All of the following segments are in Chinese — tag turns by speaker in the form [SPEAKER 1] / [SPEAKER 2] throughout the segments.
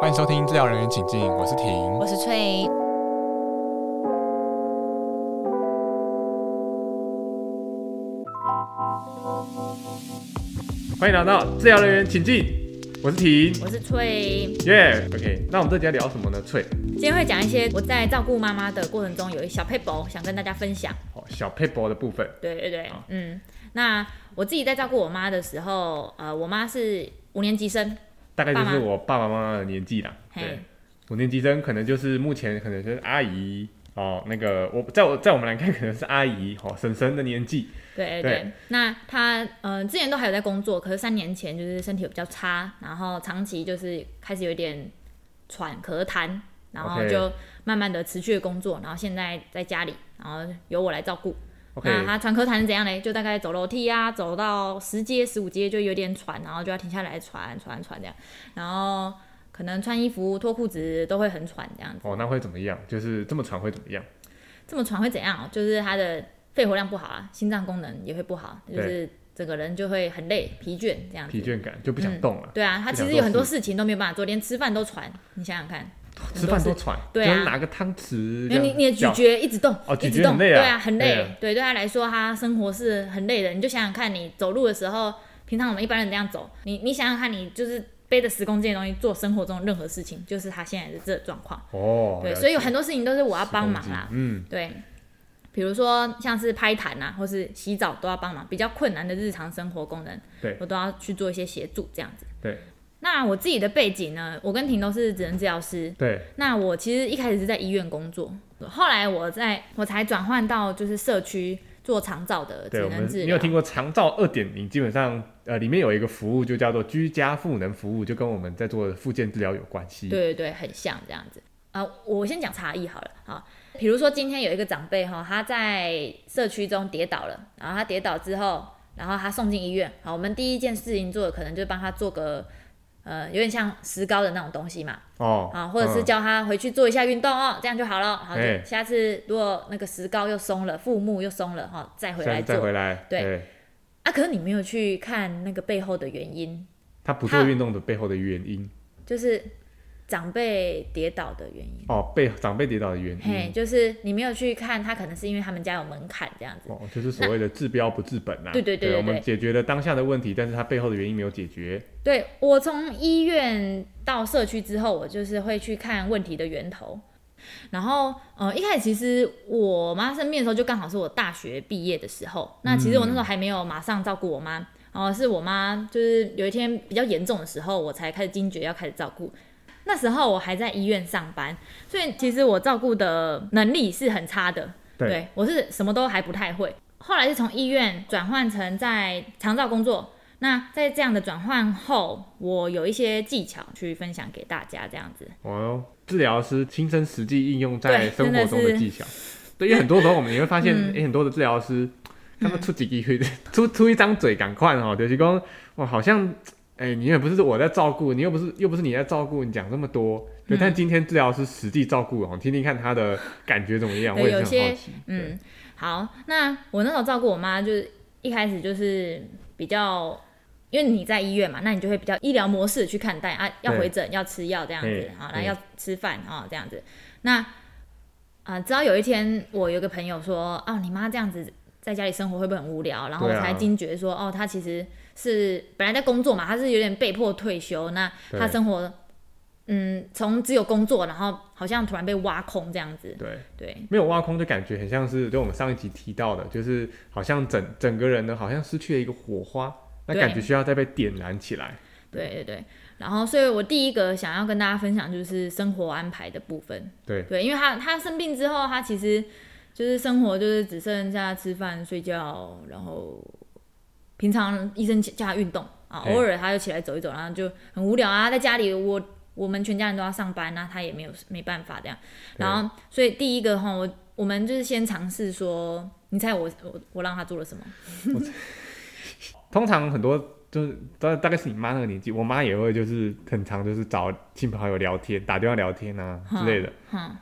[SPEAKER 1] 欢迎收听《治疗人员请进》，我是婷。
[SPEAKER 2] 我是翠。
[SPEAKER 3] 欢迎来到治疗人员，请进。我是婷，
[SPEAKER 2] 我是翠，
[SPEAKER 3] 耶、OK，那我们这集要聊什么呢？翠，
[SPEAKER 2] 今天会讲一些我在照顾妈妈的过程中有一小 p a 想跟大家分享。
[SPEAKER 3] 哦，小 paper 的部分，
[SPEAKER 2] 对对对
[SPEAKER 3] 好，
[SPEAKER 2] 嗯，那我自己在照顾我妈的时候，呃，我妈是五年级生，
[SPEAKER 3] 大概就
[SPEAKER 2] 爸
[SPEAKER 3] 是
[SPEAKER 2] 妈
[SPEAKER 3] 我爸爸妈妈的年纪啦。
[SPEAKER 2] 嘿
[SPEAKER 3] 对，五年级生可能就是目前可能就是阿姨哦，那个我在我在我们来看可能是阿姨哦，婶婶的年纪。
[SPEAKER 2] 对对
[SPEAKER 3] 对
[SPEAKER 2] 对，那她呃之前都还有在工作，可是三年前就是身体比较差，然后长期就是开始有点喘咳痰，然后
[SPEAKER 3] OK
[SPEAKER 2] 就慢慢的辞去了工作，然后现在在家里，然后由我来照顾。
[SPEAKER 3] OK，
[SPEAKER 2] 那他喘咳痰是怎样嘞？就大概走楼梯啊，走到十阶、十五阶就有点喘，然后就要停下来喘、喘、喘这样，然后可能穿衣服、脱裤子都会很喘这样子。
[SPEAKER 3] 哦，那会怎么样？就是这么传会怎么样？
[SPEAKER 2] 这么喘会怎样？就是他的肺活量不好啊，心脏功能也会不好，
[SPEAKER 3] 对
[SPEAKER 2] 就是整个人就会很累、疲倦这样子。
[SPEAKER 3] 疲倦感就不想动了，
[SPEAKER 2] 对啊，他
[SPEAKER 3] 不
[SPEAKER 2] 其
[SPEAKER 3] 想
[SPEAKER 2] 实
[SPEAKER 3] 做
[SPEAKER 2] 有很多
[SPEAKER 3] 事
[SPEAKER 2] 事情都没有办法做，连吃饭都喘。你想想看，
[SPEAKER 3] 吃饭
[SPEAKER 2] 很多
[SPEAKER 3] 都
[SPEAKER 2] 事
[SPEAKER 3] 喘，
[SPEAKER 2] 对啊
[SPEAKER 3] 就是拿个汤匙这
[SPEAKER 2] 因
[SPEAKER 3] 样搅，
[SPEAKER 2] 为你你的咀嚼一直动，
[SPEAKER 3] 哦
[SPEAKER 2] 一
[SPEAKER 3] 咀嚼
[SPEAKER 2] 直动，
[SPEAKER 3] 很累啊
[SPEAKER 2] 对啊，很累，
[SPEAKER 3] 对啊
[SPEAKER 2] 对对他来说，他生活是很累的。你就想想看，你走路的时候，平常我们一般人这样走，你你想想看，你就是背着十公斤的东西做生活中任何事情，就是他现在的这个状况。
[SPEAKER 3] 哦，
[SPEAKER 2] 对，
[SPEAKER 3] 了解
[SPEAKER 2] 所以有很多事情都是我要帮忙啦，
[SPEAKER 3] 嗯，
[SPEAKER 2] 对。比如说像是拍痰啊，或是洗澡都要帮忙，比较困难的日常生活功能，
[SPEAKER 3] 对
[SPEAKER 2] 我都要去做一些协助这样子。
[SPEAKER 3] 对
[SPEAKER 2] 那我自己的背景呢，我跟婷都是职能治疗师，
[SPEAKER 3] 对
[SPEAKER 2] 那我其实一开始是在医院工作，后来我在我才转换到就是社区做长照的
[SPEAKER 3] 对，
[SPEAKER 2] 职
[SPEAKER 3] 我
[SPEAKER 2] 能
[SPEAKER 3] 们
[SPEAKER 2] 治
[SPEAKER 3] 你
[SPEAKER 2] 疗
[SPEAKER 3] 有。听过长照二点零？基本上，呃，里面有一个服务就叫做居家赋能服务，就跟我们在做的复健治疗有关系。
[SPEAKER 2] 对对对，很像这样子。啊、我先讲差异好了啊。比如说今天有一个长辈哈，他在社区中跌倒了，然后他跌倒之后，然后他送进医院。好，我们第一件事情做的可能就是帮他做个呃，有点像石膏的那种东西嘛，
[SPEAKER 3] 哦，
[SPEAKER 2] 啊，或者是
[SPEAKER 3] 嗯
[SPEAKER 2] 叫他回去做一下运动哦，这样就好了。好，
[SPEAKER 3] 哎
[SPEAKER 2] 就下次如果那个石膏又松了，腹木又松了哈，再回
[SPEAKER 3] 再
[SPEAKER 2] 来
[SPEAKER 3] 再
[SPEAKER 2] 做
[SPEAKER 3] 回。来，
[SPEAKER 2] 对，啊，可是你没有去看那个背后的原因，
[SPEAKER 3] 他不做
[SPEAKER 2] 他
[SPEAKER 3] 运动的背后的原因，
[SPEAKER 2] 就是长辈跌倒的原因。
[SPEAKER 3] 哦，被长辈跌倒的原
[SPEAKER 2] 嘿，
[SPEAKER 3] 因，
[SPEAKER 2] 就是你没有去看，他可能是因为他们家有门槛这样子。
[SPEAKER 3] 哦，就是所谓的治标不治本啊。
[SPEAKER 2] 对对对对
[SPEAKER 3] 我们
[SPEAKER 2] 对
[SPEAKER 3] 解决了当下的问题，但是他背后的原因没有解决。
[SPEAKER 2] 对我从医院到社区之后，我就是会去看问题的源头。然后，呃，一开始其实我妈生病的时候，就刚好是我大学毕业的时候。那其实我那时候还没有马上照顾我妈，然后是我妈就是有一天比较严重的时候，我才开始惊觉要开始照顾。那时候我还在医院上班，所以其实我照顾的能力是很差的。
[SPEAKER 3] 对
[SPEAKER 2] 我是什么都还不太会。后来是从医院转换成在长照工作。那在这样的转换后，我有一些技巧去分享给大家，这样子。
[SPEAKER 3] 哦，治疗师亲身实际应用在
[SPEAKER 2] 对
[SPEAKER 3] 生活
[SPEAKER 2] 真的
[SPEAKER 3] 中的
[SPEAKER 2] 是嗯
[SPEAKER 3] 技巧。对，因为很多时候我们也会发现，诶很多的治疗师，他们出几句会 出出一张嘴，赶快哦，就是讲，哇，好像，诶，你也不是我在照顾，你又不是又不是你在照顾，你讲这么多。对，
[SPEAKER 2] 嗯
[SPEAKER 3] 但今天治疗师实际照顾哦，听听看他的感觉怎么样，
[SPEAKER 2] 对
[SPEAKER 3] 我也
[SPEAKER 2] 有
[SPEAKER 3] 是很
[SPEAKER 2] 些
[SPEAKER 3] 好奇。对，
[SPEAKER 2] 嗯，好，那我那时候照顾我妈，就是一开始就是比较，因为你在医院嘛，那你就会比较医疗模式去看待啊，要
[SPEAKER 3] 对
[SPEAKER 2] 回诊，要吃药这样子
[SPEAKER 3] 对，
[SPEAKER 2] 好，那
[SPEAKER 3] 对
[SPEAKER 2] 要吃饭啊、这样子。那啊、直到有一天，我有个朋友说，哦，你妈这样子在家里生活会不会很无聊？然后我
[SPEAKER 3] 对啊
[SPEAKER 2] 才惊觉说，哦，她其实是本来在工作嘛，她是有点被迫退休，那她
[SPEAKER 3] 对
[SPEAKER 2] 生活。嗯，从只有工作，然后好像突然被挖空这样子，
[SPEAKER 3] 对。
[SPEAKER 2] 对，
[SPEAKER 3] 没有挖空，就感觉很像是，就我们上一集提到的，就是好像整整个人呢，好像失去了一个火花，那
[SPEAKER 2] 对
[SPEAKER 3] 感觉需要再被点燃起来。
[SPEAKER 2] 对对对，然后所以我第一个想要跟大家分享就是生活安排的部分。
[SPEAKER 3] 对
[SPEAKER 2] 对，因为他他生病之后，他其实就是生活就是只剩下吃饭、睡觉，然后平常医生叫他运动啊，
[SPEAKER 3] 对
[SPEAKER 2] 偶尔他就起来走一走，然后就很无聊啊，在家里我我们全家人都要上班，那他也没有没办法这样。
[SPEAKER 3] 对
[SPEAKER 2] 然后所以第一个哈，我我们就是先尝试说，你猜我我我让他做了什么？
[SPEAKER 3] 通常很多就是大大概是你妈那个年纪，我妈也会就是很常就是找亲朋好友聊天，打电话聊天啊之类的，
[SPEAKER 2] 哼、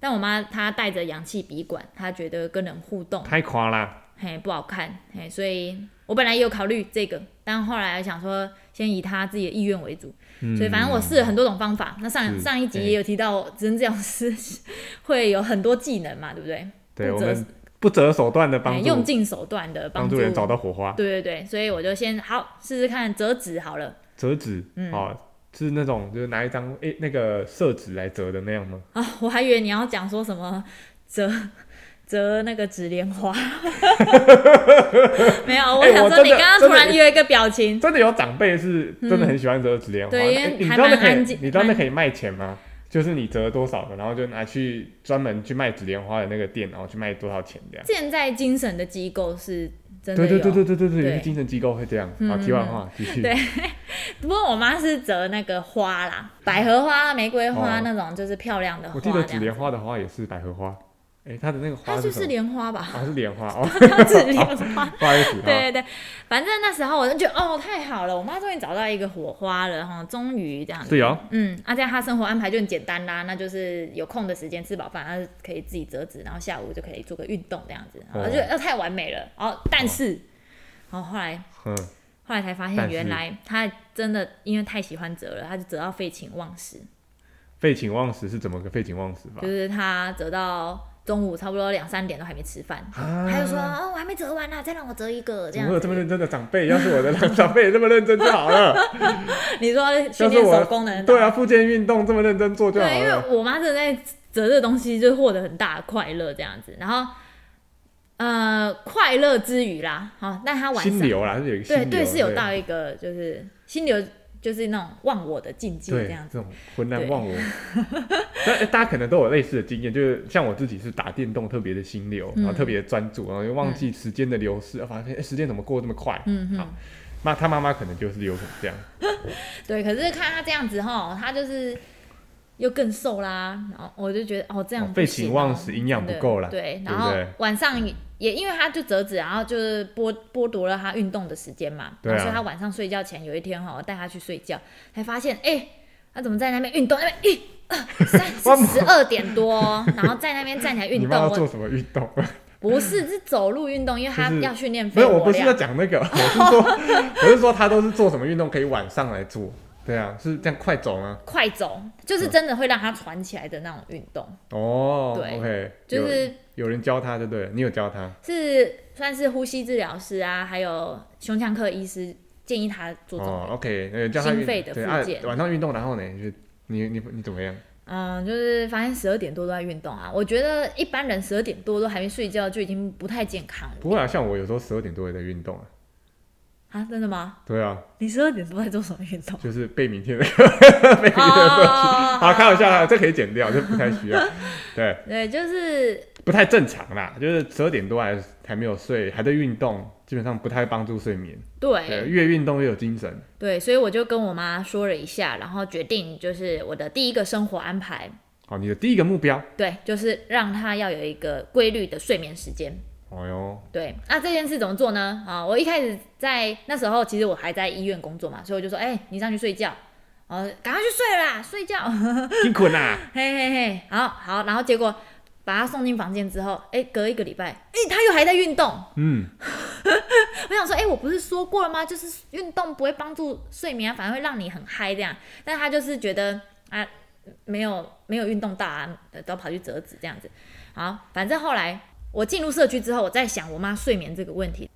[SPEAKER 2] 但我妈她带着氧气鼻管，她觉得跟人互动
[SPEAKER 3] 太夸啦。
[SPEAKER 2] 嘿不好看，嘿，所以我我本来也有考虑这个，但后来想说先以他自己的意愿为主，所以反正我试了很多种方法。那上
[SPEAKER 3] 嗯是哎
[SPEAKER 2] 上一集也有提到，职能治疗师会有很多技能嘛，对不对？
[SPEAKER 3] 对
[SPEAKER 2] 不
[SPEAKER 3] 我
[SPEAKER 2] 择
[SPEAKER 3] 们不择手段的
[SPEAKER 2] 哎
[SPEAKER 3] 帮
[SPEAKER 2] 用
[SPEAKER 3] 助
[SPEAKER 2] 尽手段的
[SPEAKER 3] 帮
[SPEAKER 2] 助
[SPEAKER 3] 助人找到火花，
[SPEAKER 2] 对对对，所以我就先好试试看折纸好了。
[SPEAKER 3] 折纸
[SPEAKER 2] 嗯
[SPEAKER 3] 哦，是那种就是拿一张诶那个色纸来折的那样吗？
[SPEAKER 2] 啊，我还以为你要讲说什么折折那个纸莲花， 没有，我
[SPEAKER 3] 哎
[SPEAKER 2] 想
[SPEAKER 3] 我
[SPEAKER 2] 说
[SPEAKER 3] 真
[SPEAKER 2] 你
[SPEAKER 3] 的
[SPEAKER 2] 刚刚
[SPEAKER 3] 真
[SPEAKER 2] 突
[SPEAKER 3] 的
[SPEAKER 2] 然有一个表情，
[SPEAKER 3] 真的有长辈是真的很喜欢折纸莲花，
[SPEAKER 2] 对因为
[SPEAKER 3] 诶你
[SPEAKER 2] 还
[SPEAKER 3] 知道那
[SPEAKER 2] 蛮
[SPEAKER 3] 可以
[SPEAKER 2] 安静
[SPEAKER 3] 你知道那
[SPEAKER 2] 蛮
[SPEAKER 3] 可以卖钱吗？就是你折多少个，然后就拿去专门去卖纸莲花的那个店，然后去卖多少钱这样。
[SPEAKER 2] 现在精神的机构是真的
[SPEAKER 3] 对
[SPEAKER 2] 有，
[SPEAKER 3] 对对对对对对，有
[SPEAKER 2] 对嗯
[SPEAKER 3] 些精神机构会这样。啊好，题外话继续。
[SPEAKER 2] 对不过我妈是折那个花啦，百合花、玫瑰花
[SPEAKER 3] 哦
[SPEAKER 2] 那种，就是漂亮的花
[SPEAKER 3] 我
[SPEAKER 2] 这
[SPEAKER 3] 记
[SPEAKER 2] 样。
[SPEAKER 3] 得紫莲花的花也是百合花，诶，它的那个花
[SPEAKER 2] 它就是
[SPEAKER 3] 什么？哦
[SPEAKER 2] 是莲 花吧，
[SPEAKER 3] 啊，是莲花哦，
[SPEAKER 2] 它是莲花。
[SPEAKER 3] 不好意思。
[SPEAKER 2] 对对对，反正那时候我就觉得哦，太好了，我妈终于找到一个火花了哈，终于这样
[SPEAKER 3] 哦
[SPEAKER 2] 子。
[SPEAKER 3] 对哦，
[SPEAKER 2] 嗯，啊，这样她生活安排就很简单啦，那就是有空的时间吃饱饭，她可以自己折纸，然后下午就可以做个运动这样子，然后就
[SPEAKER 3] 哦
[SPEAKER 2] 呃太完美了。哦，但是，然后后来
[SPEAKER 3] 嗯，
[SPEAKER 2] 后来才发
[SPEAKER 3] 但
[SPEAKER 2] 现，
[SPEAKER 3] 是
[SPEAKER 2] 原来她真的因为太喜欢折了，她就折到废寝忘食，
[SPEAKER 3] 废寝忘食是怎么个废寝忘食法
[SPEAKER 2] 就？是她折到中午差不多两三点都还没吃饭，
[SPEAKER 3] 啊
[SPEAKER 2] 她就说哦我还没折完呢、再让我折一个这
[SPEAKER 3] 怎
[SPEAKER 2] 样
[SPEAKER 3] 么会有这么
[SPEAKER 2] 子。
[SPEAKER 3] 认真的长辈？要是我的 长辈也这么认真就好了。
[SPEAKER 2] 你说训
[SPEAKER 3] 要是
[SPEAKER 2] 练
[SPEAKER 3] 我
[SPEAKER 2] 手工的人
[SPEAKER 3] 对啊，复健运动这么认真做就好
[SPEAKER 2] 对，因为
[SPEAKER 3] 了。
[SPEAKER 2] 我妈真的在折这东西，就获得很大的快乐这样子。然后，呃，快乐之余啦，好、但她晚
[SPEAKER 3] 心
[SPEAKER 2] 上
[SPEAKER 3] 流啦，是有一个心
[SPEAKER 2] 对
[SPEAKER 3] 流，
[SPEAKER 2] 对是有到一个就是心流，就是那种忘我的境界
[SPEAKER 3] 对
[SPEAKER 2] 这样子。
[SPEAKER 3] 这种浑然
[SPEAKER 2] 对
[SPEAKER 3] 忘 我。但呃大家可能都有类似的经验，就是像我自己是打电动特别的心流，然后
[SPEAKER 2] 嗯
[SPEAKER 3] 特别地专注，然后又忘记时间的流逝，啊发现哎时间怎么过这么快？
[SPEAKER 2] 嗯
[SPEAKER 3] 好
[SPEAKER 2] 哼，
[SPEAKER 3] 那他妈妈可能就是有可能这样，
[SPEAKER 2] 对。可是看她这样子哈，她就是又更瘦啦，然后我就觉得哦，这样
[SPEAKER 3] 哦
[SPEAKER 2] 不
[SPEAKER 3] 废
[SPEAKER 2] 行
[SPEAKER 3] 寝
[SPEAKER 2] 哦
[SPEAKER 3] 忘食营养不
[SPEAKER 2] 对
[SPEAKER 3] 够啦
[SPEAKER 2] 对，
[SPEAKER 3] 对
[SPEAKER 2] 然
[SPEAKER 3] 不
[SPEAKER 2] 后
[SPEAKER 3] 对
[SPEAKER 2] 晚上也也因为他就折纸，然后就是剥剥夺了他运动的时间嘛，
[SPEAKER 3] 对啊
[SPEAKER 2] 然后所以他晚上睡觉前有一天哈，我带他去睡觉，才发现哎、他怎么在那边运动？那边一、 二、三，是十二点多哦，然后在那边站起来
[SPEAKER 3] 你
[SPEAKER 2] 运
[SPEAKER 3] 妈
[SPEAKER 2] 动。
[SPEAKER 3] 要做
[SPEAKER 2] 我
[SPEAKER 3] 什么运动？
[SPEAKER 2] 不是是走路运动，因为他
[SPEAKER 3] 就是
[SPEAKER 2] 要训练
[SPEAKER 3] 没
[SPEAKER 2] 肺
[SPEAKER 3] 有，我
[SPEAKER 2] 活
[SPEAKER 3] 不是在
[SPEAKER 2] 量。
[SPEAKER 3] 讲那个，我是说，我是说他都是做什么运动可以晚上来做？对啊，是这样快走吗？
[SPEAKER 2] 快走就是
[SPEAKER 3] 嗯
[SPEAKER 2] 真的会让他喘起来的那种运动，
[SPEAKER 3] 哦，
[SPEAKER 2] 对
[SPEAKER 3] o k
[SPEAKER 2] 就是
[SPEAKER 3] 有人教他，对不对了？你有教他？
[SPEAKER 2] 是算是呼吸治疗师啊，还有胸腔科医师建议他做这种
[SPEAKER 3] 哦，OK，呃，教他
[SPEAKER 2] 哎心
[SPEAKER 3] 运
[SPEAKER 2] 肺的
[SPEAKER 3] 对
[SPEAKER 2] 复
[SPEAKER 3] 啊
[SPEAKER 2] 健，
[SPEAKER 3] 晚上运动，然后呢，你就你你你怎么样？
[SPEAKER 2] 嗯，就是发现十二点多都在运动啊。我觉得一般人十二点多都还没睡觉就已经不太健康了
[SPEAKER 3] 不会啊，像我有时候十二点多也在运动啊。
[SPEAKER 2] 啊！真的吗？
[SPEAKER 3] 对啊，
[SPEAKER 2] 你十二点多在做什么 运动？哦
[SPEAKER 3] 就是背明天的，背明天的歌曲。 好，开玩笑啦，这可以剪掉，这不太需要。 对，
[SPEAKER 2] 对，就是
[SPEAKER 3] 不太正常啦，就是十二点多还还没有睡，还在运动，基本上不太帮助睡眠。对，
[SPEAKER 2] 对
[SPEAKER 3] 越运动越有精神。
[SPEAKER 2] 对，所以我就跟我妈说了一下，然后决定就是我的第一个生活安排，
[SPEAKER 3] 好，你的第一个目标，
[SPEAKER 2] 对，就是让她要有一个规律的睡眠时间。
[SPEAKER 3] 哦哟，
[SPEAKER 2] 对，那这件事怎么做呢？啊，我一开始在那时候，其实我还在医院工作嘛，所以我就说，哎、你上去睡觉，哦，赶快去睡啦，睡觉。
[SPEAKER 3] 辛苦啦，
[SPEAKER 2] 嘿嘿嘿，好好，然后结果把他送进房间之后，哎，隔一个礼拜，哎，他又还在运动。
[SPEAKER 3] 嗯，
[SPEAKER 2] 我想说，哎，我不是说过了吗？就是运动不会帮助睡眠啊，反而会让你很嗨这样。但他就是觉得啊，没有没有运动到啊，呃都跑去折纸这样子。好，反正后来我进入社区之后，我在想我妈睡眠这个问题，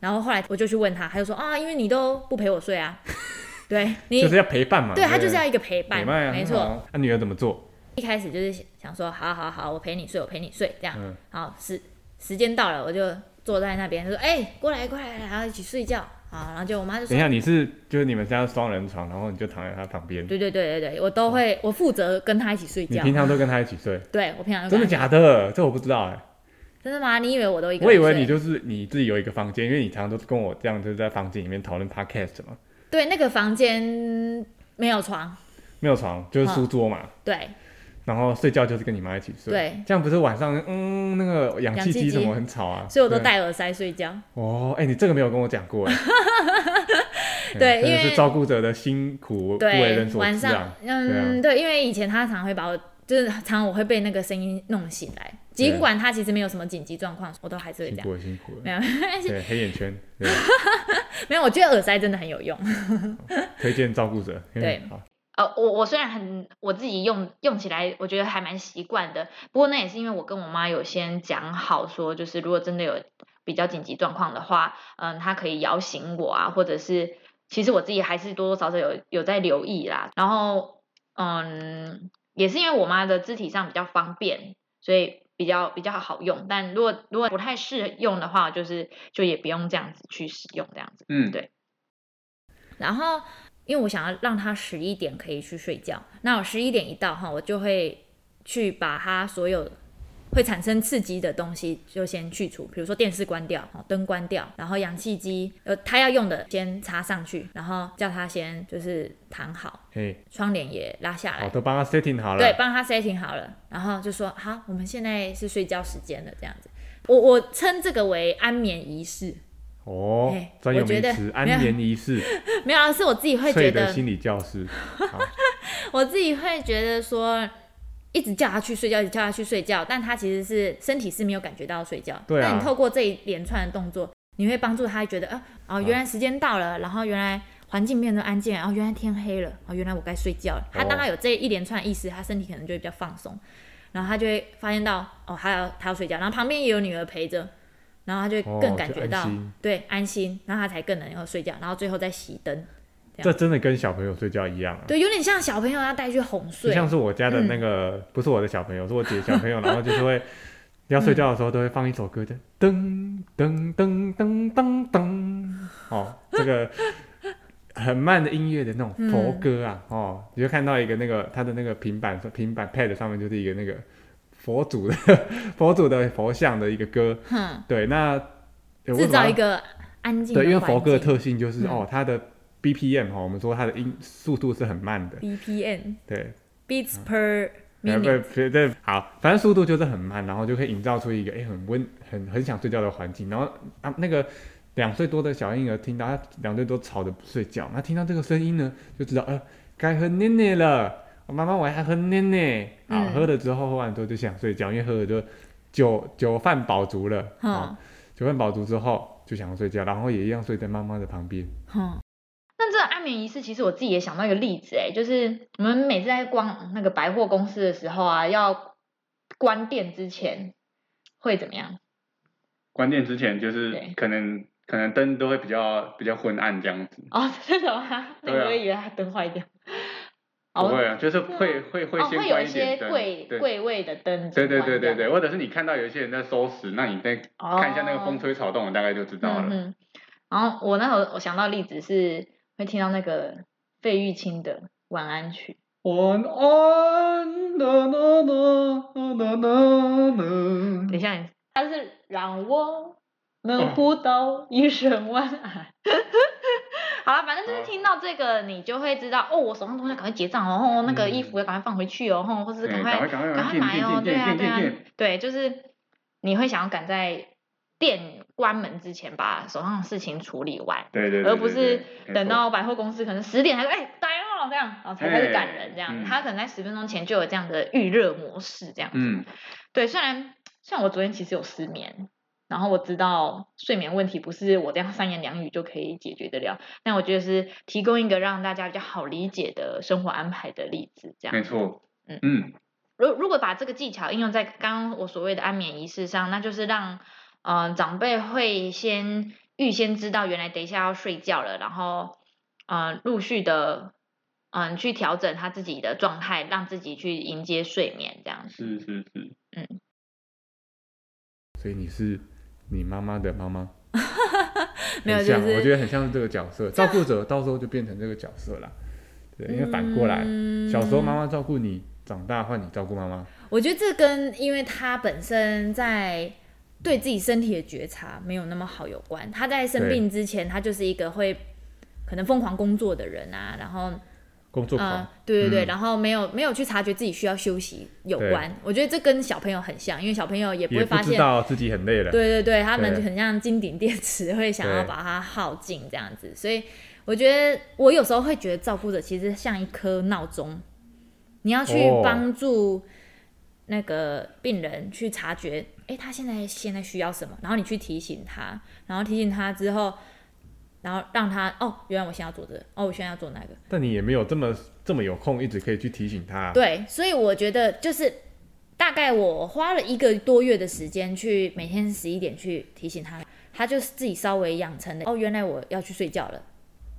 [SPEAKER 2] 然后后来我就去问她，她就说啊，因为你都不陪我睡啊， 对你，
[SPEAKER 3] 就是要陪伴嘛。
[SPEAKER 2] 对
[SPEAKER 3] 对，
[SPEAKER 2] 她就是要一个陪
[SPEAKER 3] 陪
[SPEAKER 2] 伴，
[SPEAKER 3] 伴啊，
[SPEAKER 2] 没
[SPEAKER 3] 很
[SPEAKER 2] 错。
[SPEAKER 3] 好。那女儿怎么做？
[SPEAKER 2] 一开始就是想说，好好好，我陪你睡，我陪你睡，这样。
[SPEAKER 3] 嗯
[SPEAKER 2] 好，时时间到了，我就坐在那边，就说，哎、过来过来，然后一起睡觉。好，然后就我妈就
[SPEAKER 3] 等
[SPEAKER 2] 说
[SPEAKER 3] 一，下，你是就是你们家双人床，然后你就躺在她旁边，
[SPEAKER 2] 对对对对对，我都会，我负责跟她一起睡
[SPEAKER 3] 你
[SPEAKER 2] 觉。
[SPEAKER 3] 平常都跟她一起睡，
[SPEAKER 2] 对我平常就
[SPEAKER 3] 真的
[SPEAKER 2] 跟她
[SPEAKER 3] 假的？这我不知道哎，
[SPEAKER 2] 真的吗？你以为我都一个
[SPEAKER 3] 我以
[SPEAKER 2] 人睡？
[SPEAKER 3] 为你就是你自己有一个房间，因为你常常都跟我这样，就是在房间里面讨论 podcast 嘛，
[SPEAKER 2] 对那个房间没有床，
[SPEAKER 3] 没有床就是书桌嘛，
[SPEAKER 2] 对
[SPEAKER 3] 然后睡觉就是跟你妈一起睡，
[SPEAKER 2] 嗯对，
[SPEAKER 3] 这样不是晚上嗯那个氧气
[SPEAKER 2] 氧气
[SPEAKER 3] 机
[SPEAKER 2] 机
[SPEAKER 3] 什么很吵啊，
[SPEAKER 2] 所以我都
[SPEAKER 3] 对
[SPEAKER 2] 戴耳塞睡觉。
[SPEAKER 3] 哦，哎、你这个没有跟我讲过哎。
[SPEAKER 2] 对
[SPEAKER 3] 嗯真的
[SPEAKER 2] 因为
[SPEAKER 3] 是照顾者的辛苦为
[SPEAKER 2] 对，
[SPEAKER 3] 人所
[SPEAKER 2] 晚
[SPEAKER 3] 知
[SPEAKER 2] 上
[SPEAKER 3] 啊。对
[SPEAKER 2] 嗯对，因为以前她常会把我就是常常我会被那个声音弄醒来，尽管他其实没有什么紧急状况，我都还是会
[SPEAKER 3] 辛
[SPEAKER 2] 这样。
[SPEAKER 3] 苦了，辛苦了。
[SPEAKER 2] 没有，
[SPEAKER 3] 对，黑眼圈，对，
[SPEAKER 2] 没有，我觉得耳塞真的很有用。
[SPEAKER 3] 推荐照顾者。嗯
[SPEAKER 2] 对
[SPEAKER 3] 好，
[SPEAKER 2] 呃，我我虽然很我自己用用起来，我觉得还蛮习惯的。不过那也是因为我跟我妈有先讲好说，就是如果真的有比较紧急状况的话，嗯，她可以摇醒我啊，或者是其实我自己还是多多少少有有在留意啦。然后嗯，也是因为我妈的肢体上比较方便，所以比较比较好用。但如果如果不太适用的话，就是就也不用这样子去使用这样子。
[SPEAKER 3] 嗯
[SPEAKER 2] 对然后因为我想要让他十一点可以去睡觉，那我十一点一到哈，我就会去把他所有会产生刺激的东西就先去除，比如说电视关掉，哦灯关掉，然后氧气机呃他要用的先插上去，然后叫他先就是躺好，
[SPEAKER 3] 嘿，
[SPEAKER 2] 窗帘也拉下
[SPEAKER 3] 好，
[SPEAKER 2] 来。
[SPEAKER 3] 都帮他 setting 好了。
[SPEAKER 2] 哎对，帮他 setting 好了，然后就说好，我们现在是睡觉时间了，这样子。我我称这个为安眠仪式，
[SPEAKER 3] 哦
[SPEAKER 2] 嘿，
[SPEAKER 3] 专有
[SPEAKER 2] 哎我觉
[SPEAKER 3] 名
[SPEAKER 2] 得
[SPEAKER 3] 词，安
[SPEAKER 2] 没有
[SPEAKER 3] 眠仪式，
[SPEAKER 2] 没有啊，是 我自己会觉
[SPEAKER 3] 睡
[SPEAKER 2] 得
[SPEAKER 3] 的心理教室。好，
[SPEAKER 2] 我自己会觉得说，一直叫他去睡觉，一直叫他去睡觉，但他其实是身体是没有感觉到睡觉。
[SPEAKER 3] 对啊
[SPEAKER 2] 但你透过这一连串的动作，你会帮助他觉得，啊、哦，原
[SPEAKER 3] 嗯
[SPEAKER 2] 来时间到了，然后原来环境变得安静，然、哦、后原来天黑了，哦，原来我该睡觉了。他
[SPEAKER 3] 哦
[SPEAKER 2] 当他有这一连串意识，他身体可能就会比较放松，然后他就会发现到，哦，他要他要睡觉，然后旁边也有女儿陪着。然后他就会
[SPEAKER 3] 哦
[SPEAKER 2] 更感
[SPEAKER 3] 就
[SPEAKER 2] 觉
[SPEAKER 3] 安
[SPEAKER 2] 到、
[SPEAKER 3] 心
[SPEAKER 2] 对安心，然后他才更能够睡觉，然后最后再熄灯，
[SPEAKER 3] 这真的跟小朋友睡觉一样啊。
[SPEAKER 2] 对，有点像小朋友要带去哄
[SPEAKER 3] 就
[SPEAKER 2] 睡，
[SPEAKER 3] 像是我家的
[SPEAKER 2] 嗯
[SPEAKER 3] 那个，不是我的小朋友，是我姐的小 朋友，然后就是会要睡觉的时候都会放一首歌的噔噔噔噔噔噔，哦，这个很慢的音乐的那种佛歌啊，
[SPEAKER 2] 嗯
[SPEAKER 3] 哦，你就看到一个那个他的那个平板平板 pad 上面就是一个那个佛祖的 佛祖的佛像的一个歌，
[SPEAKER 2] 哼，
[SPEAKER 3] 对，那呃为
[SPEAKER 2] 制
[SPEAKER 3] 什么
[SPEAKER 2] 造
[SPEAKER 3] 要
[SPEAKER 2] 一个安静的
[SPEAKER 3] 对，因为
[SPEAKER 2] 环
[SPEAKER 3] 佛歌的
[SPEAKER 2] 境
[SPEAKER 3] 特性就是、
[SPEAKER 2] 嗯
[SPEAKER 3] 哦，它的 BPM 哈、哦，我们说它的音速度是很慢的，
[SPEAKER 2] BPM
[SPEAKER 3] 对，
[SPEAKER 2] beats
[SPEAKER 4] 嗯
[SPEAKER 2] per
[SPEAKER 3] 呃不
[SPEAKER 2] minute，
[SPEAKER 3] 不对，好，反正速度就是很慢，然后就可以营造出一个哎、很温很很想睡觉的环境。然后啊那个两岁多的小婴儿听到他两岁多吵着不睡觉，那听到这个声音呢，就知道呃该喝奶奶了。哦妈妈，我还喝奶奶啊！
[SPEAKER 2] 嗯
[SPEAKER 3] 喝了之后，喝完之后就想睡觉，因为喝了就酒酒饭饱足了啊
[SPEAKER 2] 哼。
[SPEAKER 3] 酒饭饱足之后就想睡觉，然后也一样睡在妈妈的旁边。
[SPEAKER 2] 哼，
[SPEAKER 5] 那这个安眠仪式，其实我自己也想到一个例子、欸，就是我们每次在逛那个百货公司的时候啊，要关店之前会怎么样？
[SPEAKER 4] 关店之前就是
[SPEAKER 5] 对
[SPEAKER 4] 可能可能灯都会比较比较昏暗这样子，
[SPEAKER 5] 哦， 真的吗？那
[SPEAKER 4] 对啊
[SPEAKER 5] 我以为它灯坏掉。
[SPEAKER 4] 不
[SPEAKER 5] 哦，
[SPEAKER 4] 会啊，就是会会会
[SPEAKER 5] 哦，
[SPEAKER 4] 先
[SPEAKER 5] 会有
[SPEAKER 4] 关
[SPEAKER 5] 一
[SPEAKER 4] 一
[SPEAKER 5] 些
[SPEAKER 4] 点灯，
[SPEAKER 5] 柜
[SPEAKER 4] 对
[SPEAKER 5] 柜位的灯已经
[SPEAKER 4] 对对
[SPEAKER 5] 关
[SPEAKER 4] 对对
[SPEAKER 5] 掉
[SPEAKER 4] 对，或者是你看到有一些人在收拾，那你再
[SPEAKER 5] 哦
[SPEAKER 4] 看一下那个风吹草动，大概就知道了。
[SPEAKER 5] 嗯哼然后我那时候我想到例子是会听到那个费玉清的《晚安曲
[SPEAKER 4] 晚安，啦啦啦啦啦》，
[SPEAKER 5] 等
[SPEAKER 4] 啦。
[SPEAKER 5] 一下你，它是让我
[SPEAKER 4] 哦
[SPEAKER 5] 们互道一声晚安。好了，反正就是
[SPEAKER 4] 好
[SPEAKER 5] 听到这个，你就会知道哦，我手上东西要赶快结账哦，哦那个衣服要赶快放回去哦，哦或者是
[SPEAKER 4] 哎
[SPEAKER 5] 赶
[SPEAKER 4] 嗯赶
[SPEAKER 5] 快
[SPEAKER 4] 快赶快
[SPEAKER 5] 赶快买哦，对啊
[SPEAKER 4] 电电
[SPEAKER 5] 对
[SPEAKER 4] 电
[SPEAKER 5] 啊
[SPEAKER 4] 电，
[SPEAKER 5] 对，就是你会想要赶在店关门之前把手上的事情处理完，
[SPEAKER 4] 对对对，
[SPEAKER 5] 而不是等
[SPEAKER 4] 到
[SPEAKER 5] 到百货公司可能十点才说，哎、打烊了这样，然后才开始赶人这样。
[SPEAKER 4] 哎嗯
[SPEAKER 5] 他可能在十分钟前就有这样的预热模式这样子。
[SPEAKER 4] 嗯
[SPEAKER 5] 对，虽然虽然我昨天其实有失眠，然后我知道睡眠问题不是我这样三言两语就可以解决得了，但我觉得是提供一个让大家比较好理解的生活安排的例子这样
[SPEAKER 4] 没。错，
[SPEAKER 5] 嗯
[SPEAKER 4] 嗯
[SPEAKER 5] 如如果把这个技巧应用在刚刚我所谓的安眠仪式上，那就是让嗯、呃长辈会先预先知道原来等一下要睡觉了，然后嗯、呃陆续的嗯、去调整他自己的状态，让自己去迎接睡眠这样子。
[SPEAKER 4] 是是是，
[SPEAKER 2] 嗯
[SPEAKER 3] 所以你是你妈妈的妈妈，
[SPEAKER 2] 没有
[SPEAKER 3] 很像啊
[SPEAKER 2] 就是
[SPEAKER 3] 我觉得很像这个角色，照顾者到时候就变成这个角色啦。对，因为反过来，
[SPEAKER 2] 嗯
[SPEAKER 3] 小时候妈妈照顾你，长大换你照顾妈妈。
[SPEAKER 2] 我觉得这跟因为他本身在对自己身体的觉察没有那么好有关。他在生病之前，他就是一个会可能疯狂工作的人啊，然后
[SPEAKER 3] 工作狂，
[SPEAKER 2] 嗯，对对对，
[SPEAKER 3] 嗯
[SPEAKER 2] 然后没有没有去察觉自己需要休息有关。我觉得这跟小朋友很像，因为小朋友也不
[SPEAKER 3] 也
[SPEAKER 2] 会
[SPEAKER 3] 不
[SPEAKER 2] 发
[SPEAKER 3] 知
[SPEAKER 2] 现
[SPEAKER 3] 道自己很累了。
[SPEAKER 2] 对对对，他们
[SPEAKER 3] 对
[SPEAKER 2] 很像金顶电池，会想要
[SPEAKER 3] 对
[SPEAKER 2] 把它耗尽这样子。所以我觉得，我有时候会觉得照顾者其实像一颗闹钟，你要去
[SPEAKER 3] 哦
[SPEAKER 2] 帮助那个病人去察觉，诶，他现在现在需要什么，然后你去提醒他，然后提醒他之后，然后让他哦，原来我现在要做这个，哦，我现在要做那个，
[SPEAKER 3] 但你也没有这么这么有空，一直可以去提醒他。，
[SPEAKER 2] 对，所以我觉得就是大概我花了一个多月的时间去每天十一点去提醒他，他就是自己稍微养成了哦，原来我要去睡觉了，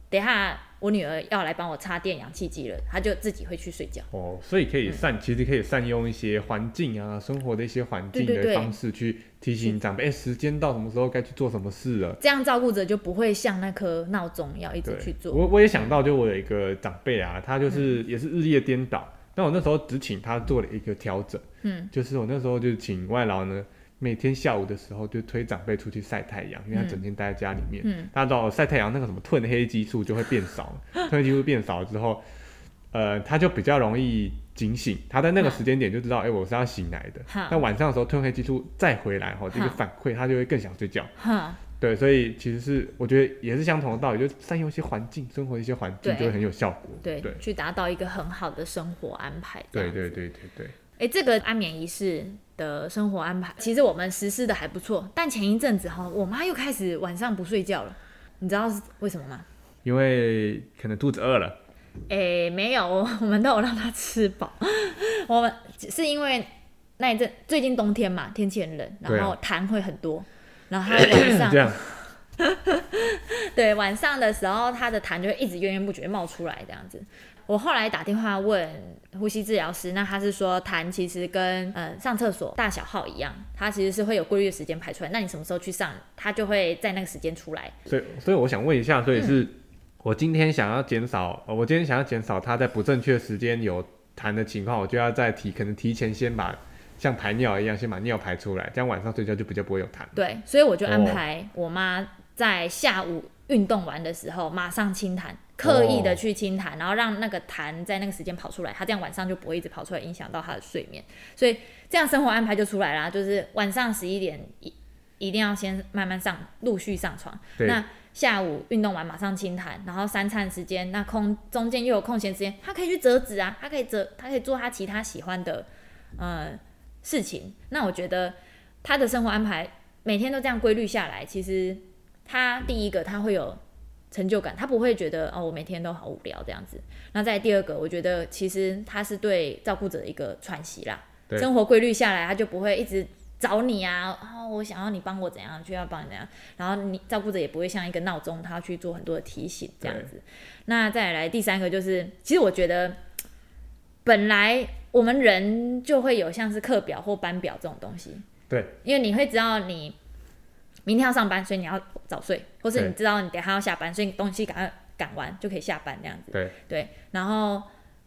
[SPEAKER 2] 等一下我女儿要来帮我插电氧气机了，他就自己会去睡觉。
[SPEAKER 3] 哦，所以可
[SPEAKER 2] 嗯
[SPEAKER 3] 以善，其实可以善用一些环境啊，生活的一些环境
[SPEAKER 2] 对对
[SPEAKER 3] 的
[SPEAKER 2] 对
[SPEAKER 3] 方式去提醒长辈，哎，时间到什么时候该去做什么事了。
[SPEAKER 2] 这样照顾者就不会像那颗闹钟要一直
[SPEAKER 3] 对，
[SPEAKER 2] 去做。嗯
[SPEAKER 3] 我我也想到，就我有一个长辈啊，他就是、也是日夜颠倒。那我那时候只请他做了一个调整，
[SPEAKER 2] 嗯，
[SPEAKER 3] 就是我那时候就请外劳呢，每天下午的时候就推长辈出去晒太阳，因为他
[SPEAKER 2] 嗯
[SPEAKER 3] 整天待在家里面。
[SPEAKER 2] 嗯
[SPEAKER 3] 大家知道晒太阳那个什么褪黑激素就会变少，褪黑激素变少之后，呃，他就比较容易警醒。他在那个
[SPEAKER 2] 哈
[SPEAKER 3] 时间点就知道，哎、我是要醒来的
[SPEAKER 2] 哈。
[SPEAKER 3] 那晚上的时候褪黑激素再回来哈，这个
[SPEAKER 2] 哈
[SPEAKER 3] 反馈他就会更想睡觉。
[SPEAKER 2] 哈，
[SPEAKER 3] 对，所以其实是我觉得也是相同的道理，就善用一些环境，生活的一些环境
[SPEAKER 2] 对
[SPEAKER 3] 就会很有效果。
[SPEAKER 2] 对，
[SPEAKER 3] 对
[SPEAKER 2] 去达到一个很好的生活安排。这
[SPEAKER 3] 对
[SPEAKER 2] 样
[SPEAKER 3] 对对对对，
[SPEAKER 2] 哎，这个安眠仪式的生活安排，其实我们实施的还不错。但前一阵子哈，我妈又开始晚上不睡觉了，你知道是为什么吗？
[SPEAKER 3] 因为可能肚子饿了，
[SPEAKER 2] 哎，没有，我我们都有让她吃饱。我们是因为那一阵最近冬天嘛，天气很冷，
[SPEAKER 3] 对
[SPEAKER 2] 然
[SPEAKER 3] 啊
[SPEAKER 2] 后痰会很多，然后她晚上
[SPEAKER 3] 这样
[SPEAKER 2] 对，晚上的时候，他的痰就会一直源源不绝冒出来，这样子。我后来打电话问呼吸治疗师，那他是说痰其实跟呃上厕所大小号一样，它其实是会有规律的时间排出来。那你什么时候去上，它就会在那个时间出来。
[SPEAKER 3] 所以所以我想问一下，所以
[SPEAKER 2] 嗯
[SPEAKER 3] 是、我今天想要减少，呃我今天想要减少他在不正确时间有痰的情况，我就要在提，可能提前先把像排尿一样先把尿排出来，这样晚上睡觉就比较不会有痰。
[SPEAKER 2] 对，所以我就安
[SPEAKER 3] 哦
[SPEAKER 2] 排我妈在下午运动完的时候马上清痰，刻意的去清痰，然后让那个痰在那个时间跑出来，她这样晚上就不会一直跑出来影响到她的睡眠。所以这样生活安排就出来啦，就是晚上十一点一一定要先慢慢上，陆续上床。
[SPEAKER 3] 对
[SPEAKER 2] 那下午运动完马上清痰，然后三餐时间，那空中间又有空闲时间，她可以去折纸啊，她可以折，她可以做她其他喜欢的呃事情。那我觉得他的生活安排每天都这样规律下来，其实他第一个他会有成就感，他不会觉得哦我每天都好无聊这样子。那再第二个，我觉得其实他是对照顾者的一个喘息啦，
[SPEAKER 3] 对
[SPEAKER 2] 生活规律下来，他就不会一直。找你啊，哦，我想要你帮我怎样，就要帮你怎样，然后你照顾者也不会像一个闹钟，他要去做很多的提醒这样子。那再来第三个就是，其实我觉得本来我们人就会有像是课表或班表这种东西，
[SPEAKER 3] 对，
[SPEAKER 2] 因为你会知道你明天要上班，所以你要早睡，或是
[SPEAKER 3] 对
[SPEAKER 2] 你知道你等一下要下班，所以你东西赶快赶完就可以下班这样子。
[SPEAKER 3] 对，
[SPEAKER 2] 对，然后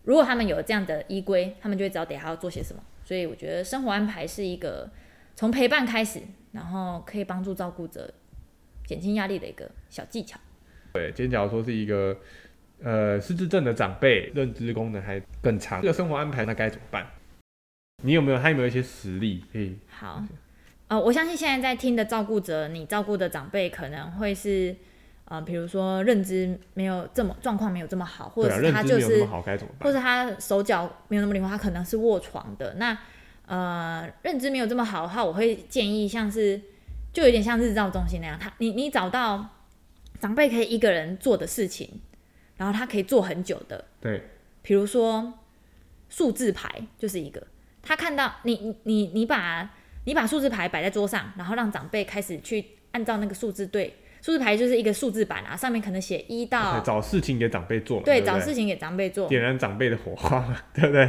[SPEAKER 2] 如果他们有这样的依规，他们就会知道等一下要做些什么。所以我觉得生活安排是一个从陪伴开始，然后可以帮助照顾者减轻压力的一个小技巧。
[SPEAKER 3] 对，今天假如说是一个呃失智症的长辈，认知功能还更差，这个生活安排那该怎么办？你有没有还有没有一些实例可以？
[SPEAKER 2] 好，呃，我相信现在在听的照顾者，你照顾的长辈可能会是，呃，比如说认知没有这么状况没有这么好，或
[SPEAKER 3] 对
[SPEAKER 2] 者
[SPEAKER 3] 啊，
[SPEAKER 2] 是
[SPEAKER 3] 认
[SPEAKER 2] 他
[SPEAKER 3] 知
[SPEAKER 2] 就
[SPEAKER 3] 没有那
[SPEAKER 2] 是，
[SPEAKER 3] 么好该怎么办？
[SPEAKER 2] 或者他手脚没有那么灵活，他可能是卧床的。那呃，认知没有这么好的话，我会建议像是，就有点像日照中心那样，他你你找到长辈可以一个人做的事情，然后他可以做很久的，
[SPEAKER 3] 对，
[SPEAKER 2] 比如说数字牌就是一个，他看到你你你你把你把数字牌摆在桌上，然后让长辈开始去按照那个数字对，数字牌就是一个数字板啊，上面可能写一到
[SPEAKER 3] 对找事情给长辈做嘛，
[SPEAKER 2] 啊对
[SPEAKER 3] 不
[SPEAKER 2] 找事情给长辈做。
[SPEAKER 3] 点燃长辈的火花嘛， 对不对？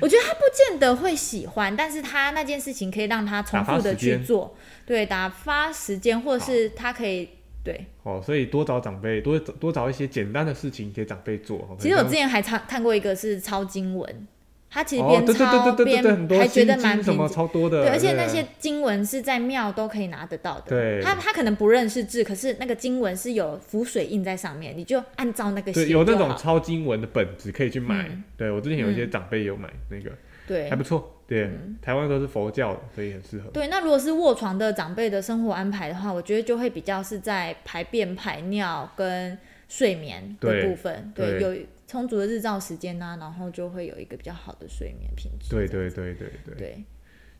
[SPEAKER 2] 我觉得他不见得会喜欢，但是他那件事情可以让他重复
[SPEAKER 3] 打发
[SPEAKER 2] 的
[SPEAKER 3] 时
[SPEAKER 2] 去
[SPEAKER 3] 间
[SPEAKER 2] 做，对，打发时间，或者是他可以对。
[SPEAKER 3] 哦，所以多找长辈，多找多找一些简单的事情给长辈做。哦
[SPEAKER 2] 其实我
[SPEAKER 3] 可
[SPEAKER 2] 之
[SPEAKER 3] 能
[SPEAKER 2] 前还看看过一个是抄经文，他其实
[SPEAKER 3] 哦，
[SPEAKER 2] 边
[SPEAKER 3] 对对
[SPEAKER 2] 抄
[SPEAKER 3] 对对对对，很
[SPEAKER 2] 边
[SPEAKER 3] 多
[SPEAKER 2] 还觉得
[SPEAKER 3] 心
[SPEAKER 2] 蛮
[SPEAKER 3] 经什
[SPEAKER 2] 平
[SPEAKER 3] 么
[SPEAKER 2] 静。
[SPEAKER 3] 超多的，
[SPEAKER 2] 对，而且
[SPEAKER 3] 不
[SPEAKER 2] 那些经文是在庙都可以拿得到的。
[SPEAKER 3] 对
[SPEAKER 2] 他他可能不认识字，可是那个经文是有符水印在上面，你就按照那个写
[SPEAKER 3] 对有那
[SPEAKER 2] 就
[SPEAKER 3] 种
[SPEAKER 2] 好
[SPEAKER 3] 抄经文的本子可以去买
[SPEAKER 2] 嗯。
[SPEAKER 3] 对我之前有一些长辈有买那个，
[SPEAKER 2] 对
[SPEAKER 3] 还不错。对，
[SPEAKER 2] 嗯
[SPEAKER 3] 台湾都是佛教的，所以很适合。
[SPEAKER 2] 对。那如果是卧床的长辈的生活安排的话，我觉得就会比较是在排便、排尿跟睡眠的
[SPEAKER 3] 对
[SPEAKER 2] 部分，对，
[SPEAKER 3] 对
[SPEAKER 2] 有充足的日照时间啊呐、然后就会有一个比较好的睡眠品质。
[SPEAKER 3] 对
[SPEAKER 2] 这样
[SPEAKER 3] 对对对对。
[SPEAKER 2] 对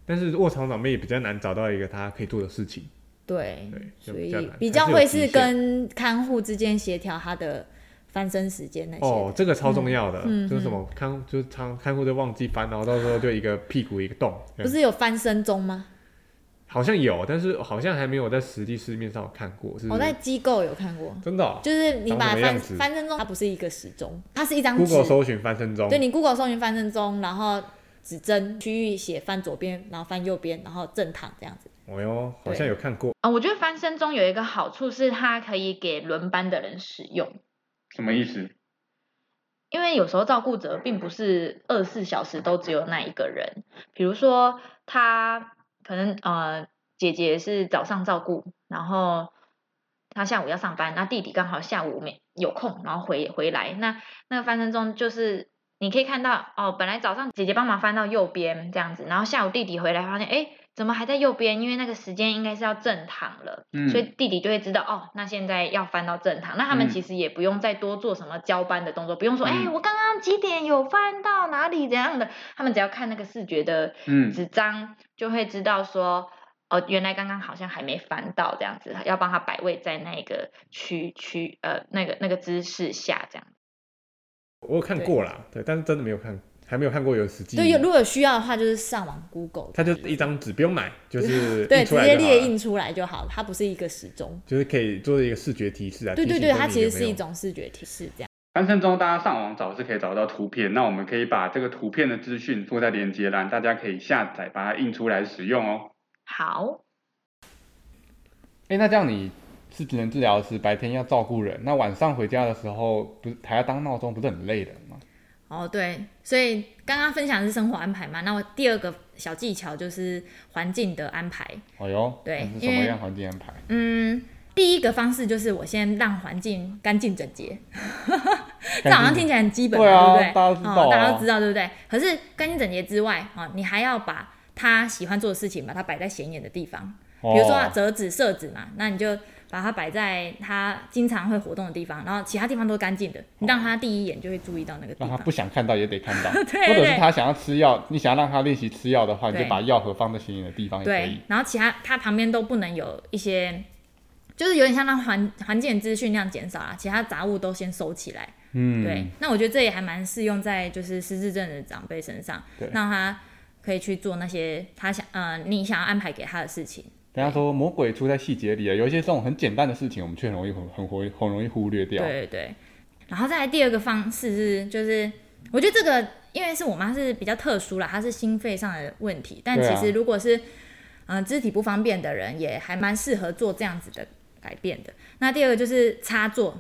[SPEAKER 3] 但是卧床长辈也比较难找到一个他可以做的事情。
[SPEAKER 2] 对
[SPEAKER 3] 对就
[SPEAKER 2] 所
[SPEAKER 3] 比较
[SPEAKER 2] 以
[SPEAKER 3] 难
[SPEAKER 2] 比
[SPEAKER 3] 还
[SPEAKER 2] 较
[SPEAKER 3] 是有
[SPEAKER 2] 会
[SPEAKER 3] 极
[SPEAKER 2] 是
[SPEAKER 3] 限
[SPEAKER 2] 跟看护之间协调他的翻身时间那些的。
[SPEAKER 3] 哦，这个超重要的，
[SPEAKER 2] 嗯嗯
[SPEAKER 3] 就是什么看，就是看看护就忘记翻，然后到时候就一个屁股一个洞。这
[SPEAKER 2] 不
[SPEAKER 3] 样
[SPEAKER 2] 是有翻身钟吗？
[SPEAKER 3] 好像有，但是好像还没有在实际市面上有看过，是不
[SPEAKER 2] 我
[SPEAKER 3] 是？
[SPEAKER 2] 在机构有看过，
[SPEAKER 3] 真的、哦、
[SPEAKER 2] 哦就是你
[SPEAKER 3] 嗯长什
[SPEAKER 2] 把
[SPEAKER 3] 么
[SPEAKER 2] 翻
[SPEAKER 3] 样子
[SPEAKER 2] 翻身钟，它不是一个时钟，它是一张纸
[SPEAKER 3] ，Google。搜寻翻身钟
[SPEAKER 2] 对，你 Google 搜寻翻身钟，然后指针区域写翻左边，然后翻右边，然后正躺这样子。
[SPEAKER 3] 哦哟，好像
[SPEAKER 2] 对
[SPEAKER 3] 有看过。
[SPEAKER 5] 啊、我觉得翻身钟有一个好处是它可以给轮班的人使用，
[SPEAKER 4] 什么意思？
[SPEAKER 5] 因为有时候照顾者并不是二十四小时都只有那一个人，比如说他可能呃姐姐是早上照顾，然后他下午要上班，那弟弟刚好下午没有空，然后回回来，那那个翻身钟就是你可以看到哦，本来早上姐姐帮忙翻到右边这样子，然后下午弟弟回来发现哎怎么还在右边，因为那个时间应该是要正躺了。
[SPEAKER 4] 嗯，
[SPEAKER 5] 所以弟弟就会知道哦，那现在要翻到正堂，那他
[SPEAKER 4] 嗯
[SPEAKER 5] 们其实也不用再多做什么交班的动作，不用说，
[SPEAKER 4] 嗯
[SPEAKER 5] 哎、我刚刚几点有翻到哪里怎样的，他们只要看那个视觉的
[SPEAKER 4] 嗯
[SPEAKER 5] 纸张，就会知道说，哦，原来刚刚好像还没翻到这样子，要帮他摆位在那个区区呃那个那个姿势下这样。
[SPEAKER 3] 我有看过啦，对，但是真的没有看，还没有看过有实际。
[SPEAKER 2] 对，有如果有需要的话，就是上网 Google，
[SPEAKER 3] 它就是一张纸，不用买，就是
[SPEAKER 2] 对
[SPEAKER 3] 印
[SPEAKER 2] 直
[SPEAKER 3] 出来就
[SPEAKER 2] 接
[SPEAKER 3] 好
[SPEAKER 2] 列
[SPEAKER 3] 了，
[SPEAKER 2] 印出来就好了，它不是一个时钟。
[SPEAKER 3] 就是可以做一个视觉提示啊。
[SPEAKER 2] 对对
[SPEAKER 3] 提醒
[SPEAKER 2] 对，
[SPEAKER 3] 说
[SPEAKER 2] 它
[SPEAKER 3] 你
[SPEAKER 2] 其
[SPEAKER 3] 有
[SPEAKER 2] 实
[SPEAKER 3] 没
[SPEAKER 2] 是
[SPEAKER 3] 有
[SPEAKER 2] 一种视觉提示，这样
[SPEAKER 4] 翻身中，大家上网找是可以找到图片，那我们可以把这个图片的资讯附在连接栏，大家可以下载把它印出来使用哦。
[SPEAKER 5] 好，
[SPEAKER 3] 哎、那这样你是职能治疗师，白天要照顾人，那晚上回家的时候，不是还要当闹钟，不是很累的吗？
[SPEAKER 2] 哦，对，所以刚刚分享的是生活安排嘛，那我第二个小技巧就是环境的安排。
[SPEAKER 3] 哦哟，
[SPEAKER 2] 对
[SPEAKER 3] 那是
[SPEAKER 2] 因
[SPEAKER 3] 什
[SPEAKER 2] 为
[SPEAKER 3] 么样环境安排？
[SPEAKER 2] 嗯，第一个方式就是我先让环境干净整 洁，这好像听起来很基本嘛，
[SPEAKER 3] 对啊大家
[SPEAKER 2] 对不对？
[SPEAKER 3] 都知道啊
[SPEAKER 2] 哦，大家都知道，对不对？可是干净整洁之外，啊、哦，你还要把他喜欢做的事情，把它摆在显眼的地方，比如说啊
[SPEAKER 3] 哦
[SPEAKER 2] 折纸、设纸嘛，那你就把它摆在他经常会活动的地方，然后其他地方都干净的，你让他第一眼就会注意到那个地
[SPEAKER 3] 让他
[SPEAKER 2] 方。
[SPEAKER 3] 不想看到也得看到，
[SPEAKER 2] 对
[SPEAKER 3] 或者
[SPEAKER 2] 对
[SPEAKER 3] 是他想要吃药，你想要让他练习吃药的话，你
[SPEAKER 2] 对
[SPEAKER 3] 就把药盒放在显眼的地方也可
[SPEAKER 2] 对
[SPEAKER 3] 以。，
[SPEAKER 2] 然后其他它旁边都不能有一些，就是有点像让环环境的资讯量减少啦，其他杂物都先收起来。
[SPEAKER 3] 嗯，
[SPEAKER 2] 对，，那我觉得这也还蛮适用在就是失智症的长辈身上
[SPEAKER 3] 对，
[SPEAKER 2] 让他可以去做那些他想呃你想要安排给他的事情。
[SPEAKER 3] 人家说魔鬼出在细节里啊，有一些这种很简单的事情，我们却很容易很很很很容易忽略掉。
[SPEAKER 2] 对对对。然后再来第二个方式是，就是我觉得这个因为是我妈是比较特殊啦，她是心肺上的问题，但
[SPEAKER 3] 对
[SPEAKER 2] 其
[SPEAKER 3] 啊
[SPEAKER 2] 实如果是嗯、呃肢体不方便的人，也还蛮适合做这样子的改变的。那第二个就是插座，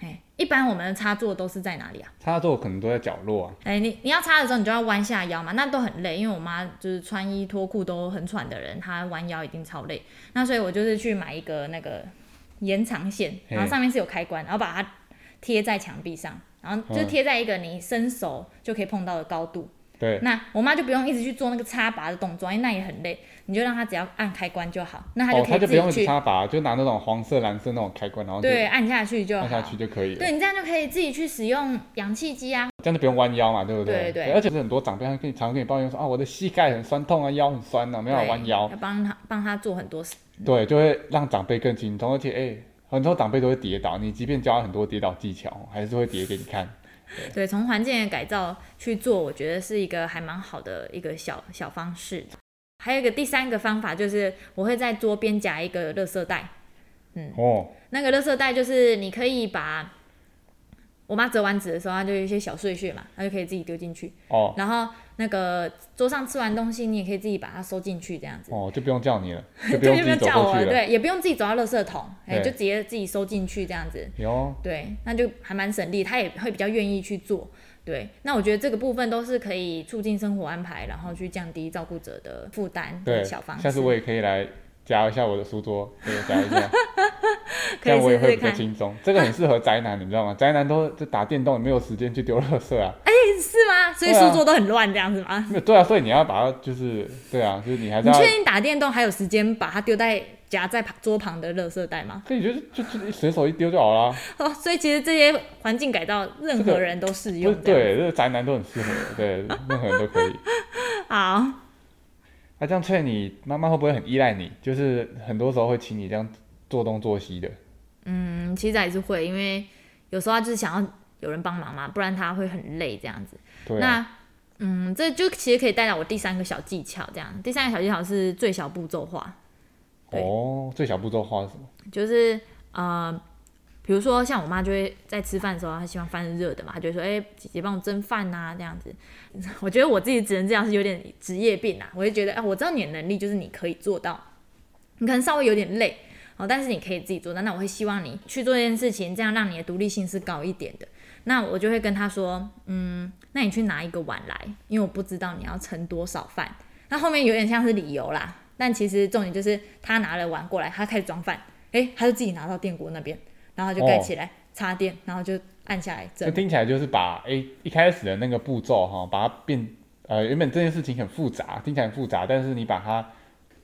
[SPEAKER 2] 哎，一般我们的插座都是在哪里啊？
[SPEAKER 3] 插座可能都在角落啊，
[SPEAKER 2] 哎、你你要插的时候，你就要弯下腰嘛，那都很累，因为我妈就是穿衣脱裤都很喘的人，她弯腰一定超累。那所以我就是去买一个那个延长线，
[SPEAKER 3] 嘿
[SPEAKER 2] 然后上面是有开关，然后把它贴在墙壁上，然后就
[SPEAKER 3] 嗯
[SPEAKER 2] 贴在一个你伸手就可以碰到的高度。
[SPEAKER 3] 对，
[SPEAKER 2] 那我妈就不用一直去做那个插拔的动作，因为那也很累，你就让她只要按开关就好，那她就
[SPEAKER 3] 哦，
[SPEAKER 2] 可
[SPEAKER 3] 他
[SPEAKER 2] 以
[SPEAKER 3] 就
[SPEAKER 2] 自
[SPEAKER 3] 不用
[SPEAKER 2] 己
[SPEAKER 3] 一直
[SPEAKER 2] 去、
[SPEAKER 3] 插拔，就拿那种黄色、蓝色那种开关，然后就
[SPEAKER 2] 对啊按下去就好，
[SPEAKER 3] 按下去就可以了。
[SPEAKER 2] 对你这样就可以自己去使用氧气机啊，
[SPEAKER 3] 这样就不用弯腰嘛，对不对
[SPEAKER 2] 对对
[SPEAKER 3] 而且很多长辈他跟你常跟你抱怨说啊，我的膝盖很酸痛啊，腰很酸啊，没有
[SPEAKER 2] 对
[SPEAKER 3] 弯腰
[SPEAKER 2] 要。帮她帮她做很多事。
[SPEAKER 3] 对，就会让长辈更轻松，而且哎、很多长辈都会跌倒，你即便教他很多跌倒技巧，还是会跌给你看。
[SPEAKER 2] 对，从环境的改造去做，我觉得是一个还蛮好的一个小小方式。还有一个第三个方法就是，我会在桌边夹一个垃圾袋，
[SPEAKER 3] 哦，
[SPEAKER 2] 那个垃圾袋就是你可以把我妈折完纸的时候，它就有一些小碎屑嘛，它就可以自己丢进去。
[SPEAKER 3] 哦，
[SPEAKER 2] 然后那个桌上吃完东西，你也可以自己把它收进去，这样子。
[SPEAKER 3] 哦，就不用叫你了，就不
[SPEAKER 2] 对，
[SPEAKER 3] 用自
[SPEAKER 2] 就不
[SPEAKER 3] 己
[SPEAKER 2] 用
[SPEAKER 3] 走
[SPEAKER 2] 叫
[SPEAKER 3] 过
[SPEAKER 2] 我
[SPEAKER 3] 去
[SPEAKER 2] 了，
[SPEAKER 3] 了。
[SPEAKER 2] 对，也不用自己走到垃圾桶，哎，
[SPEAKER 3] 对
[SPEAKER 2] 就直接自己收进去这样子。
[SPEAKER 3] 有
[SPEAKER 2] 对，那就还蛮省力，他也会比较愿意去做。对，那我觉得这个部分都是可以促进生活安排，然后去降低照顾者的负担
[SPEAKER 3] 对，
[SPEAKER 2] 的小方式。
[SPEAKER 3] 下次我也可以来夹一下我的书 桌，对，夹一下，这
[SPEAKER 2] 可以
[SPEAKER 3] 样我也
[SPEAKER 2] 试
[SPEAKER 3] 会
[SPEAKER 2] 试
[SPEAKER 3] 比较
[SPEAKER 2] 看。
[SPEAKER 3] 轻松。这个很适合宅男，你知道吗？ 宅男都就打电动，没有时间去丢垃圾啊。
[SPEAKER 2] 是吗？所以
[SPEAKER 3] 对啊
[SPEAKER 2] 书桌都很乱这样子吗？
[SPEAKER 3] 没有对啊，所以你要把它就是对啊，就是你还是
[SPEAKER 2] 你
[SPEAKER 3] 要
[SPEAKER 2] 确定打电动还有时间把它丢在夹在旁桌旁的垃圾袋吗？
[SPEAKER 3] 所以你就就就随手一丢就好啦。
[SPEAKER 2] 哦，所以其实这些环境改造，任
[SPEAKER 3] 这
[SPEAKER 2] 何
[SPEAKER 3] 个
[SPEAKER 2] 人都适
[SPEAKER 3] 不
[SPEAKER 2] 用
[SPEAKER 3] 是
[SPEAKER 2] 这样。
[SPEAKER 3] 对，这个宅男都很适合，对，任何人都可 以。
[SPEAKER 2] 好，
[SPEAKER 3] 那这样劝你妈妈会不会很依赖你？就是很多时候会请你这样做东做西的。
[SPEAKER 2] 嗯，其实还是会，因为有时候他就是想要有人帮忙嘛，不然他会很累这样子。
[SPEAKER 3] 对、啊，
[SPEAKER 2] 那嗯，这就其实可以带到我第三个小技巧，这样。第三个小技巧是最小步骤化，对
[SPEAKER 3] 哦，最小步骤化是什么？
[SPEAKER 2] 就是呃，比如说像我妈就会在吃饭的时候，她希望饭是热的嘛，她就会说：“哎、姐姐帮我蒸饭呐、这样子。”我觉得我自己只能这样是有点职业病啊，我就觉得啊，我知道你的能力就是你可以做到，你可能稍微有点累。哦，但是你可以自己做到。那我会希望你去做这件事情，这样让你的独立性是高一点的。那我就会跟他说，嗯，那你去拿一个碗来，因为我不知道你要盛多少饭。那后面有点像是理由啦，但其实重点就是他拿了碗过来，他开始装饭，诶，他就自己拿到电锅那边，然后就盖起来、插电，然后就按下来
[SPEAKER 3] 这
[SPEAKER 2] 蒸。
[SPEAKER 3] 听起来就是把诶一开始的那个步骤哈，把它变呃原本这件事情很复杂，听起来很复杂，但是你把它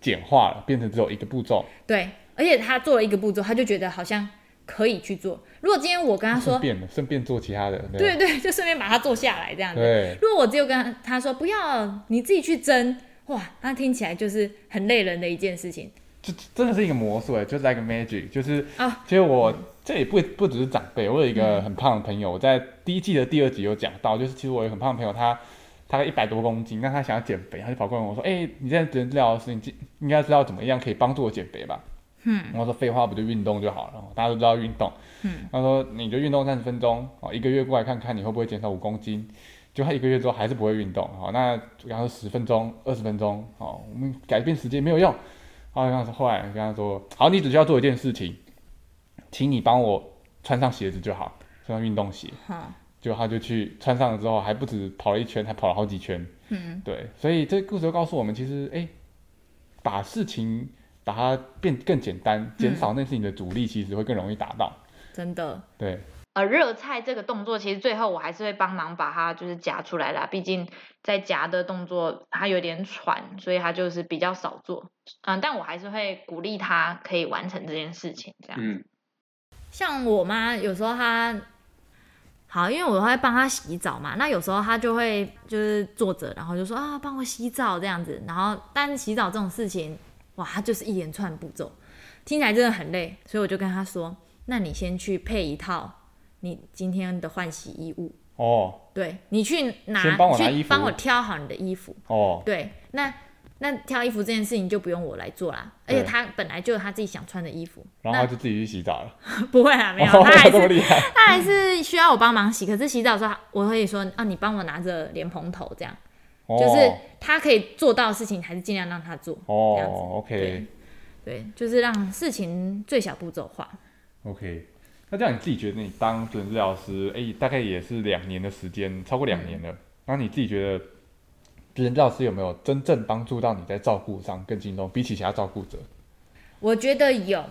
[SPEAKER 3] 简化了，变成只有一个步骤，
[SPEAKER 2] 对，而且他做了一个步骤，他就觉得好像可以去做。如果今天我跟他
[SPEAKER 3] 顺
[SPEAKER 2] 说，
[SPEAKER 3] 便顺便做其他的。
[SPEAKER 2] 对啊对，就顺便把它做下来这样子。
[SPEAKER 3] 对，
[SPEAKER 2] 如果我只有跟他说不要，你自己去蒸，哇，那听起来就是很累人的一件事情
[SPEAKER 3] 就真的是一个魔术哎，就是 like a magic，就是
[SPEAKER 2] 啊。
[SPEAKER 3] 其实我这也不不只是长辈，我有一个很胖的朋友，我在第一季的第二集有讲到，就是其实我有一个很胖的朋友，他他一百多公斤，那他想要减肥，他就跑过来问我说：“哎、你现在职能治疗师，你记应该知道怎么样可以帮助我减肥吧？”嗯，然后说废话，不就运动就好了，大家都知道运动。嗯，他说你就运动三十分钟，哦，一个月过来看看你会不会减少五公斤。就他一个月之后还是不会运动，好，那然后十分钟、二十分钟，好，我们改变时间没有用。然后然后后来跟他说，好，你只需要做一件事情，请你帮我穿上鞋子就好，穿上运动鞋。
[SPEAKER 2] 好，
[SPEAKER 3] 就他就去穿上了之后，还不止跑了一圈，还跑了好几圈。
[SPEAKER 2] 嗯，
[SPEAKER 3] 对，所以这个故事就告诉我们，其实哎、诶把事情把它变更简单，减少那事情的阻力，其实会更容易达到。
[SPEAKER 2] 真的，
[SPEAKER 3] 对，
[SPEAKER 5] 呃，热菜这个动作，其实最后我还是会帮忙把它就是夹出来啦。毕竟在夹的动作它有点喘，所以它就是比较少做。嗯、但我还是会鼓励他可以完成这件事情。这样，
[SPEAKER 4] 嗯，
[SPEAKER 2] 像我妈有时候她。好，因为我会帮她洗澡嘛，那有时候她就会就是坐着，然后就说啊，帮我洗澡这样子，然后但洗澡这种事情，哇，它就是一连串步骤，听起来真的很累，所以我就跟她说，那你先去配一套你今天的换洗衣物，
[SPEAKER 3] 哦
[SPEAKER 2] 对你去拿，
[SPEAKER 3] 先帮我拿衣
[SPEAKER 2] 去
[SPEAKER 3] 服
[SPEAKER 2] 帮我挑好你的衣服。
[SPEAKER 3] 哦，
[SPEAKER 2] 对，那那挑衣服这件事情就不用我来做啦，而且
[SPEAKER 3] 对
[SPEAKER 2] 他本来就有他自己想穿的衣服，
[SPEAKER 3] 然后他
[SPEAKER 2] 那
[SPEAKER 3] 就自己去洗澡了。
[SPEAKER 2] 不会啦，没有，
[SPEAKER 3] 哦
[SPEAKER 2] 他 还
[SPEAKER 3] 这么
[SPEAKER 2] 是
[SPEAKER 3] 厉害。
[SPEAKER 2] 他还是需要我帮忙洗。可是洗澡的时候，我会说啊，你帮我拿着莲蓬头这样，
[SPEAKER 3] 哦
[SPEAKER 2] 就是他可以做到的事情，还是尽量让他做。这样子
[SPEAKER 3] 哦，OK
[SPEAKER 2] 对对，就是让事情最小步骤化。
[SPEAKER 3] OK。那这样你自己觉得你当主任治疗师，哎、大概也是两年的时间，超过两年
[SPEAKER 2] 嗯
[SPEAKER 3] 了。那、你自己觉得，主任治疗师有没有真正帮助到你在照顾上更轻松，比起其他照顾者？
[SPEAKER 2] 我觉得有，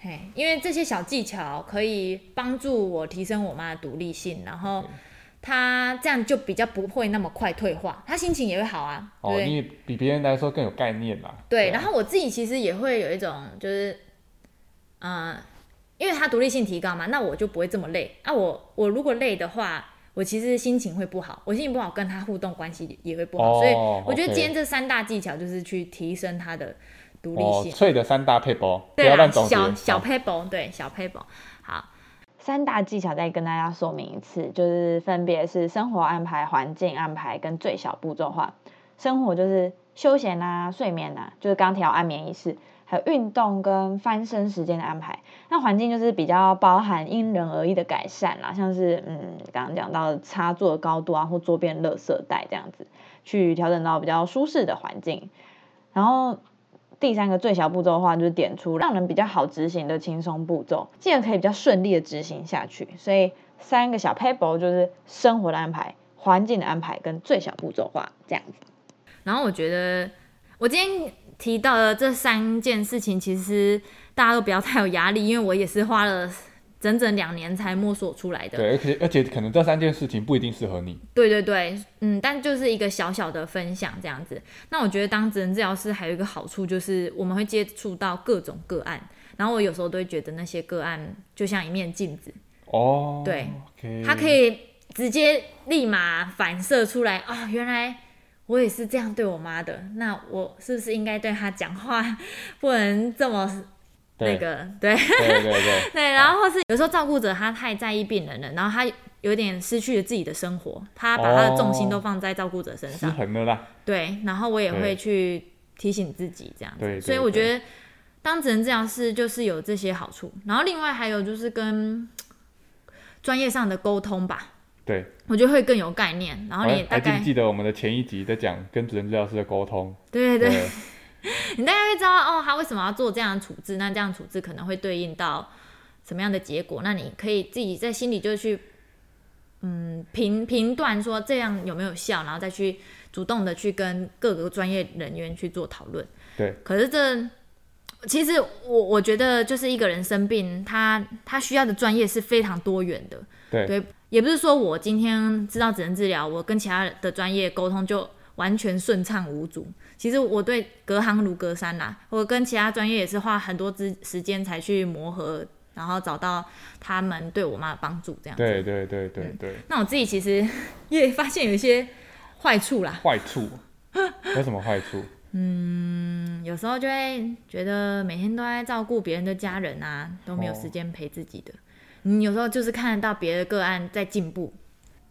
[SPEAKER 2] 嘿，因为这些小技巧可以帮助我提升我妈的独立性，然后
[SPEAKER 3] 嗯
[SPEAKER 2] 她这样就比较不会那么快退化，她心情也会好啊，对不
[SPEAKER 3] 哦，
[SPEAKER 2] 对
[SPEAKER 3] 你也比别人来说更有概念啦。
[SPEAKER 2] 对，然
[SPEAKER 3] 啊
[SPEAKER 2] 后我自己其实也会有一种就是，嗯、因为他独立性提高嘛，那我就不会这么累。啊我，我如果累的话，我其实心情会不好，我心情不好，跟他互动关系也会不好。所以
[SPEAKER 3] 哦
[SPEAKER 2] 我觉得
[SPEAKER 3] OK
[SPEAKER 2] 今天这三大技巧就是去提升他的独立
[SPEAKER 3] 哦，
[SPEAKER 2] 性。
[SPEAKER 3] 脆的三大配包，不
[SPEAKER 2] 对
[SPEAKER 3] 要
[SPEAKER 2] 啊，
[SPEAKER 3] 乱总结。
[SPEAKER 2] 小小
[SPEAKER 3] 好
[SPEAKER 2] paper，对小 paper，好，
[SPEAKER 5] 三大技巧再跟大家说明一次，就是分别是生活安排、环境安排跟最小步骤化。生活就是休闲啊、睡眠啊，就是刚提到安眠仪式，还有运动跟翻身时间的安排。那环境就是比较包含因人而异的改善啦，像是嗯刚刚讲到的插座的高度啊，或桌边垃圾袋这样子，去调整到比较舒适的环境。然后第三个最小步骤的话，就是点出让人比较好执行的轻松步骤，进而可以比较顺利的执行下去。所以三个小 paper 就是生活的安排、环境的安排跟最小步骤化这样子。
[SPEAKER 2] 然后我觉得我今天提到的这三件事情，其实大家都不要太有压力，因为我也是花了整整两年才摸索出来的。
[SPEAKER 3] 对，而且而且可能这三件事情不一定适合你。
[SPEAKER 2] 对对对，嗯，但就是一个小小的分享这样子。那我觉得当职能治疗师还有一个好处就是我们会接触到各种个案，然后我有时候都会觉得那些个案就像一面镜子，
[SPEAKER 3] 哦，
[SPEAKER 2] 对
[SPEAKER 3] ，OK，
[SPEAKER 2] 它可以直接立马反射出来啊、原来我也是这样对我妈的，那我是不是应该对她讲话 不能这么那
[SPEAKER 3] 对
[SPEAKER 2] 个对？
[SPEAKER 3] 对对对，
[SPEAKER 2] 对，然后或是有时候照顾者他太在意病人了，然后他有点失去了自己的生活，他把他的重心都放在照顾者身
[SPEAKER 3] 失
[SPEAKER 2] 上。
[SPEAKER 3] 衡了啦。
[SPEAKER 2] 对，然后我也
[SPEAKER 3] 对
[SPEAKER 2] 会去提醒自己这样子。
[SPEAKER 3] 对对
[SPEAKER 2] 所以我
[SPEAKER 3] 对
[SPEAKER 2] 觉得当职能治疗师就是有这些好处，然后另外还有就是跟专业上的沟通吧，
[SPEAKER 3] 对，
[SPEAKER 2] 我觉得会更有概念。然后你也
[SPEAKER 3] 哎还还
[SPEAKER 2] 大
[SPEAKER 3] 记
[SPEAKER 2] 概
[SPEAKER 3] 不记得我们的前一集在讲跟职能治疗师的沟通？
[SPEAKER 2] 对对对， 你大概会知道哦，他为什么要做这样的处置，那这样处置可能会对应到什么样的结果，那你可以自己在心里就去，嗯，评评断说这样有没有效，然后再去主动的去跟各个专业人员去做讨论。
[SPEAKER 3] 对，
[SPEAKER 2] 可是这。其实我我觉得，就是一个人生病，他他需要的专业是非常多元的，
[SPEAKER 3] 对
[SPEAKER 2] 对，也不是说我今天知道只能治疗，我跟其他的专业沟通就完全顺畅无阻。其实我对隔行如隔山啦，我跟其他专业也是花很多之时间才去磨合，然后找到他们对我妈的帮助这样子。
[SPEAKER 3] 对对对对对，
[SPEAKER 2] 那我自己其实 也发现有一些坏处啦，
[SPEAKER 3] 坏 处有什么坏处？
[SPEAKER 2] 嗯，有时候就会觉得每天都在照顾别人的家人啊，都没有
[SPEAKER 3] 哦
[SPEAKER 2] 时间陪自己的。你有时候就是看得到别的个案在进步，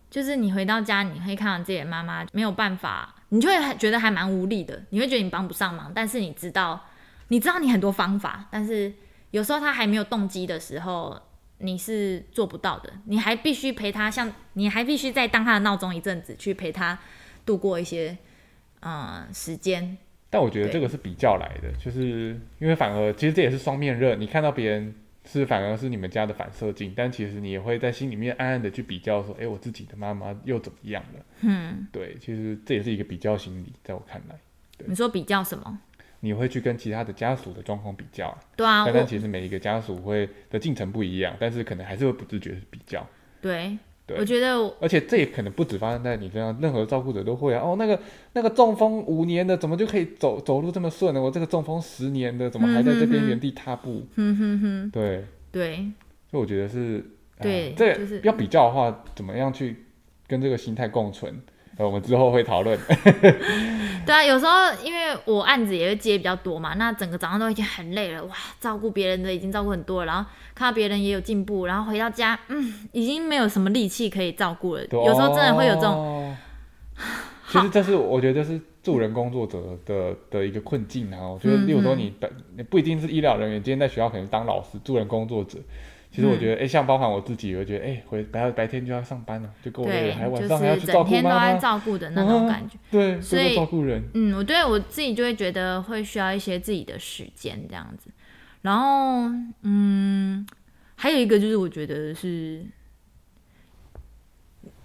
[SPEAKER 2] 就是你回到家，你会看到自己的妈妈没有办法，你就会觉得还蛮无力的，你会觉得你帮不上忙，但是你知道，你知道你很多方法，但是有时候他还没有动机的时候，你是做不到的，你还必须陪他，像你还必须再当他的闹钟一阵子，去陪他度过一些嗯、呃时间，
[SPEAKER 3] 但我觉得
[SPEAKER 2] 对
[SPEAKER 3] 这个是比较来的，就是因为反而其实这也是双面刃，你看到别人是反而是你们家的反射镜，但其实你也会在心里面暗暗的去比较说，哎、我自己的妈妈又怎么样了？
[SPEAKER 2] 嗯，
[SPEAKER 3] 对，其实这也是一个比较心理，在我看来，
[SPEAKER 2] 你说比较什么？
[SPEAKER 3] 你会去跟其他的家属的状况比较，
[SPEAKER 2] 对啊，
[SPEAKER 3] 但但
[SPEAKER 2] 我
[SPEAKER 3] 其实每一个家属会的进程不一样，但是可能还是会不自觉地比较。
[SPEAKER 2] 对，
[SPEAKER 3] 对
[SPEAKER 2] 我觉得我
[SPEAKER 3] 而且这也可能不止发生在你身上，任何照顾者都会啊。哦，那个那个中风五年的，怎么就可以走走路这么顺呢？我这个中风十年的，怎么还在这边原地踏步？
[SPEAKER 2] 嗯哼哼哼，
[SPEAKER 3] 对，
[SPEAKER 2] 对
[SPEAKER 3] 所以我觉得是，啊
[SPEAKER 2] 对
[SPEAKER 3] 这
[SPEAKER 2] 就是
[SPEAKER 3] 要比较的话，怎么样去跟这个心态共存？呃，我们之后会讨论。
[SPEAKER 2] 对啊，有时候因为我案子也会接比较多嘛，那整个早上都已经很累了，哇，照顾别人的已经照顾很多了，然后看到别人也有进步，然后回到家，嗯，已经没有什么力气可以照顾了，
[SPEAKER 3] 对
[SPEAKER 2] 有时候真的会有这种，
[SPEAKER 3] 哦其实这是我觉得是助人工作者的的一个困境啊。我觉得，
[SPEAKER 2] 嗯
[SPEAKER 3] 例如说你本你不一定是医疗人员，今天在学校可能当老师、助人工作者。其实
[SPEAKER 2] 嗯
[SPEAKER 3] 我觉得，哎、像包含我自己，我觉得，哎、回白白天就要上班了，就够累
[SPEAKER 2] 对
[SPEAKER 3] 了，还，晚
[SPEAKER 2] 就
[SPEAKER 3] 上还要去
[SPEAKER 2] 是
[SPEAKER 3] 照
[SPEAKER 2] 整
[SPEAKER 3] 顾
[SPEAKER 2] 天都
[SPEAKER 3] 妈
[SPEAKER 2] 在
[SPEAKER 3] 妈，
[SPEAKER 2] 照顾的那种
[SPEAKER 3] 嗯
[SPEAKER 2] 感觉。
[SPEAKER 3] 对，都
[SPEAKER 2] 所
[SPEAKER 3] 在
[SPEAKER 2] 以
[SPEAKER 3] 照顾人，
[SPEAKER 2] 嗯，我对我自己就会觉得会需要一些自己的时间这样子。然后，嗯，还有一个就是我觉得是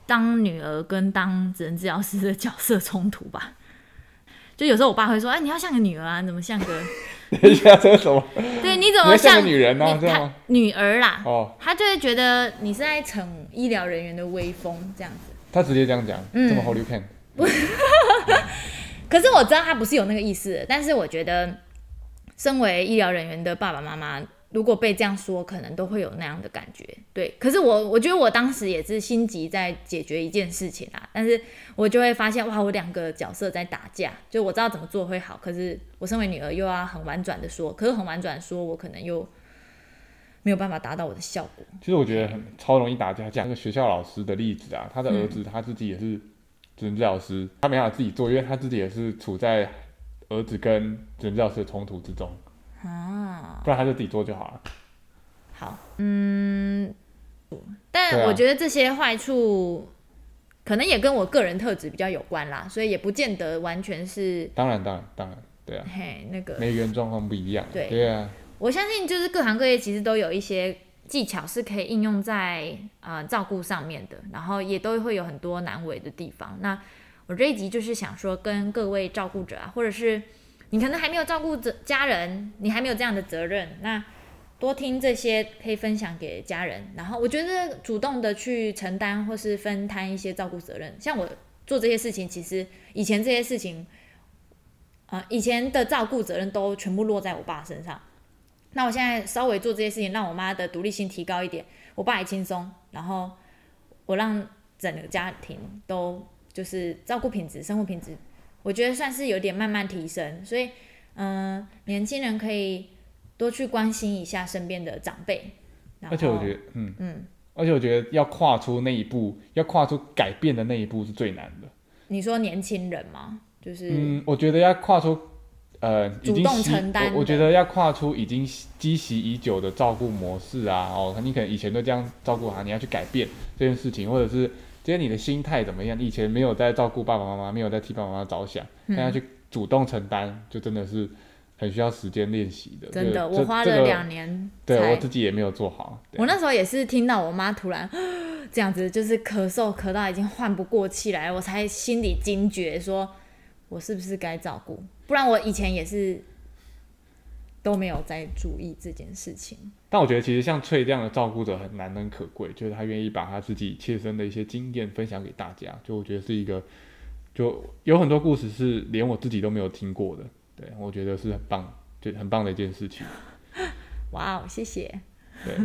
[SPEAKER 2] 当女儿跟当职能治疗师的角色冲突吧。就有时候我爸会说：“哎，你要像个女儿啊，你怎么像个？
[SPEAKER 3] 等一下这是什么？
[SPEAKER 2] 对，你怎
[SPEAKER 3] 你
[SPEAKER 2] 么
[SPEAKER 3] 要像个
[SPEAKER 2] 你
[SPEAKER 3] 女人啊，这样
[SPEAKER 2] 他
[SPEAKER 3] 吗？
[SPEAKER 2] 女儿啦，
[SPEAKER 3] 哦，
[SPEAKER 2] 他就会觉得你是在逞医疗人员的威风这样子。
[SPEAKER 3] 他直接这样讲，
[SPEAKER 2] 嗯
[SPEAKER 3] 这么 Holy Can，
[SPEAKER 2] 可是我知道他不是有那个意思的，但是我觉得，身为医疗人员的爸爸妈妈，如果被这样说，可能都会有那样的感觉。对，可是我我觉得我当时也是心急在解决一件事情啊，但是我就会发现，哇，我两个角色在打架，就我知道怎么做会好，可是我身为女儿又要很婉转的说，可是很婉转地说，我可能又没有办法达到我的效果。
[SPEAKER 3] 其实我觉得很超容易打架。讲那个学校老师的例子啊，他的儿子
[SPEAKER 2] 嗯
[SPEAKER 3] 他自己也是职能治疗师，他没办法自己做，因为他自己也是处在儿子跟职能治疗师的冲突之中，
[SPEAKER 2] 啊，
[SPEAKER 3] 不然他就自己做就好了。
[SPEAKER 2] 好，嗯，但
[SPEAKER 3] 对啊
[SPEAKER 2] 我觉得这些坏处可能也跟我个人特质比较有关啦，所以也不见得完全是
[SPEAKER 3] 当然，当然，当然，对啊，
[SPEAKER 2] 嘿那个。
[SPEAKER 3] 每个人状况不一样，
[SPEAKER 2] 嗯对
[SPEAKER 3] 啊，
[SPEAKER 2] 我相信就是各行各业其实都有一些技巧是可以应用在呃照顾上面的，然后也都会有很多难为的地方。那我这一集就是想说，跟各位照顾者啊，或者是你可能还没有照顾者家人，你还没有这样的责任，那多听这些可以分享给家人，然后我觉得主动的去承担或是分摊一些照顾责任，像我做这些事情，其实以前这些事情，呃，以前的照顾责任都全部落在我爸身上。那我现在稍微做这些事情，让我妈的独立性提高一点，我爸也轻松，然后我让整个家庭都就是照顾品质、生活品质，我觉得算是有点慢慢提升。所以，嗯、年轻人可以多去关心一下身边的长辈。然后
[SPEAKER 3] 而且我觉得，嗯
[SPEAKER 2] 嗯，
[SPEAKER 3] 而且我觉得要跨出那一步，要跨出改变的那一步是最难的。
[SPEAKER 2] 你说年轻人嘛，就是、
[SPEAKER 3] 嗯，我觉得要跨出，呃，已
[SPEAKER 2] 主
[SPEAKER 3] 经
[SPEAKER 2] 动
[SPEAKER 3] 习
[SPEAKER 2] 承担
[SPEAKER 3] 我。我
[SPEAKER 2] 的
[SPEAKER 3] 觉得要跨出已经习积习已久的照顾模式啊，哦，你可能以前都这样照顾他，你要去改变这件事情，或者是今天你的心态怎么样？你以前没有在照顾爸爸妈妈，没有在替爸爸妈妈着想，
[SPEAKER 2] 嗯
[SPEAKER 3] 但要去主动承担，就真的是很需要时间练习的。
[SPEAKER 2] 真的，
[SPEAKER 3] 这个
[SPEAKER 2] 我花
[SPEAKER 3] 这
[SPEAKER 2] 了
[SPEAKER 3] 个
[SPEAKER 2] 两年才。
[SPEAKER 3] 对我自己也没有做好。对啊
[SPEAKER 2] 我那时候也是听到我妈突然 这样子，就是咳嗽咳到已经换不过气来，我才心里惊觉说，我是不是该照顾？不然我以前也是都没有在注意这件事情。
[SPEAKER 3] 但我觉得其实像翠这样的照顾者很难能可贵，就是他愿意把他自己切身的一些经验分享给大家，就我觉得是一个，就有很多故事是连我自己都没有听过的，对我觉得是很棒，就很棒的一件事情，
[SPEAKER 2] 哇哦，谢谢，
[SPEAKER 3] 对，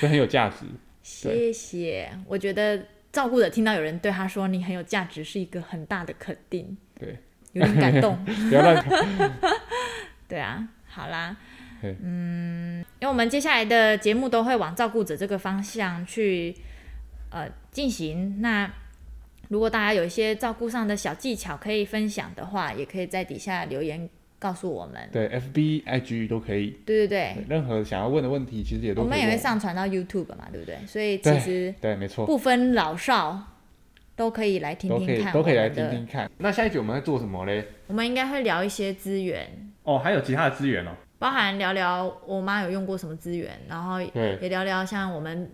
[SPEAKER 3] 所以很有价值。
[SPEAKER 2] 谢谢。我觉得照顾者听到有人对他说你很有价值，是一个很大的肯定，
[SPEAKER 3] 对，
[SPEAKER 2] 有点感 动。
[SPEAKER 3] 不要乱，
[SPEAKER 2] 对啊，好啦，
[SPEAKER 3] 对
[SPEAKER 2] 嗯，因为我们接下来的节目都会往照顾者这个方向去呃进行。那如果大家有一些照顾上的小技巧可以分享的话，也可以在底下留言告诉我们。
[SPEAKER 3] 对，F B I G 都可以，
[SPEAKER 2] 对对对
[SPEAKER 3] 对，任何想要问的问题其实也都
[SPEAKER 2] 我
[SPEAKER 3] 可以
[SPEAKER 2] 们也会
[SPEAKER 3] 问
[SPEAKER 2] 上传到 YouTube 嘛，对不对？所以其
[SPEAKER 3] 对
[SPEAKER 2] 实
[SPEAKER 3] 对，没错，
[SPEAKER 2] 不分老少都可以来听
[SPEAKER 3] 都
[SPEAKER 2] 听
[SPEAKER 3] 可以
[SPEAKER 2] 看
[SPEAKER 3] 都可以来
[SPEAKER 2] 我们
[SPEAKER 3] 听
[SPEAKER 2] 的
[SPEAKER 3] 听看。那下一集我们会做什么嘞？
[SPEAKER 2] 我们应该会聊一些资源，
[SPEAKER 3] 哦，还有其他的资源哦。
[SPEAKER 2] 包含聊聊我妈有用过什么资源，然后
[SPEAKER 3] 对，
[SPEAKER 2] 也聊聊像我们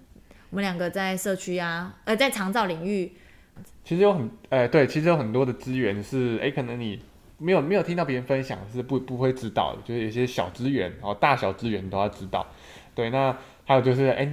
[SPEAKER 2] 我们两个在社区啊，呃，在长照领域，
[SPEAKER 3] 其实有很，呃，对，其实有很多的资源是，哎，可能你没有没有听到别人分享，是不不会知道的，就是有些小资源哦，大小资源你都要知道。对，那还有就是，哎，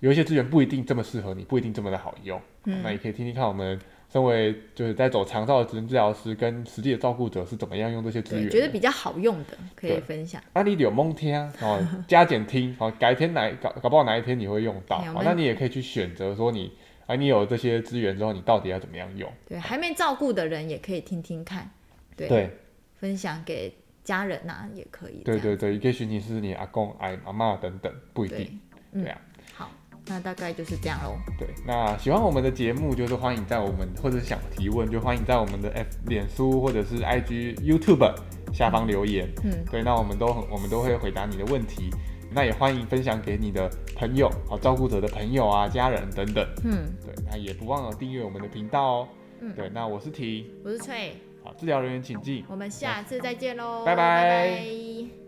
[SPEAKER 3] 有一些资源不一定这么适合你，不一定这么的好用。哦
[SPEAKER 2] 嗯
[SPEAKER 3] 那也可以听听看我们身为就是在走长照的职能治疗师跟实际的照顾者是怎么样用这些资
[SPEAKER 2] 对，
[SPEAKER 3] 源
[SPEAKER 2] 觉得
[SPEAKER 3] 的。
[SPEAKER 2] 比较好用的可以
[SPEAKER 3] 对
[SPEAKER 2] 分享。
[SPEAKER 3] 啊，你有蒙听啊， 哦，加减听，哦，改天哪搞搞不好哪一天你会用到，
[SPEAKER 2] 哎我
[SPEAKER 3] 哦，
[SPEAKER 2] 们
[SPEAKER 3] 那你也可以去选择说你啊，你有这些资源之后，你到底要怎么样用？
[SPEAKER 2] 对，还没照顾的人也可以听听看，对，
[SPEAKER 3] 对，
[SPEAKER 2] 分享给家人呐、啊也可以。
[SPEAKER 3] 对
[SPEAKER 2] 这样
[SPEAKER 3] 对对，也许你是你阿公、阿阿妈等等，不一定。
[SPEAKER 2] 对嗯
[SPEAKER 3] 对啊，
[SPEAKER 2] 好，那大概就是这样喽。
[SPEAKER 3] 对，那喜欢我们的节目，就是欢迎在我们或者是想提问，就欢迎在我们的 F 脸书或者是 IG、YouTube 下方留言。
[SPEAKER 2] 嗯，
[SPEAKER 3] 对，那我们都很，我们都会回答你的问题。那也欢迎分享给你的朋友、好照顾者的朋友啊、家人等等。
[SPEAKER 2] 嗯，
[SPEAKER 3] 对，那也不忘了订阅我们的频道哦。
[SPEAKER 2] 嗯
[SPEAKER 3] 对，那我是婷，
[SPEAKER 2] 我是翠，
[SPEAKER 3] 好，治疗人员请进。
[SPEAKER 2] 我们下次再见喽，
[SPEAKER 3] 拜拜
[SPEAKER 2] 拜拜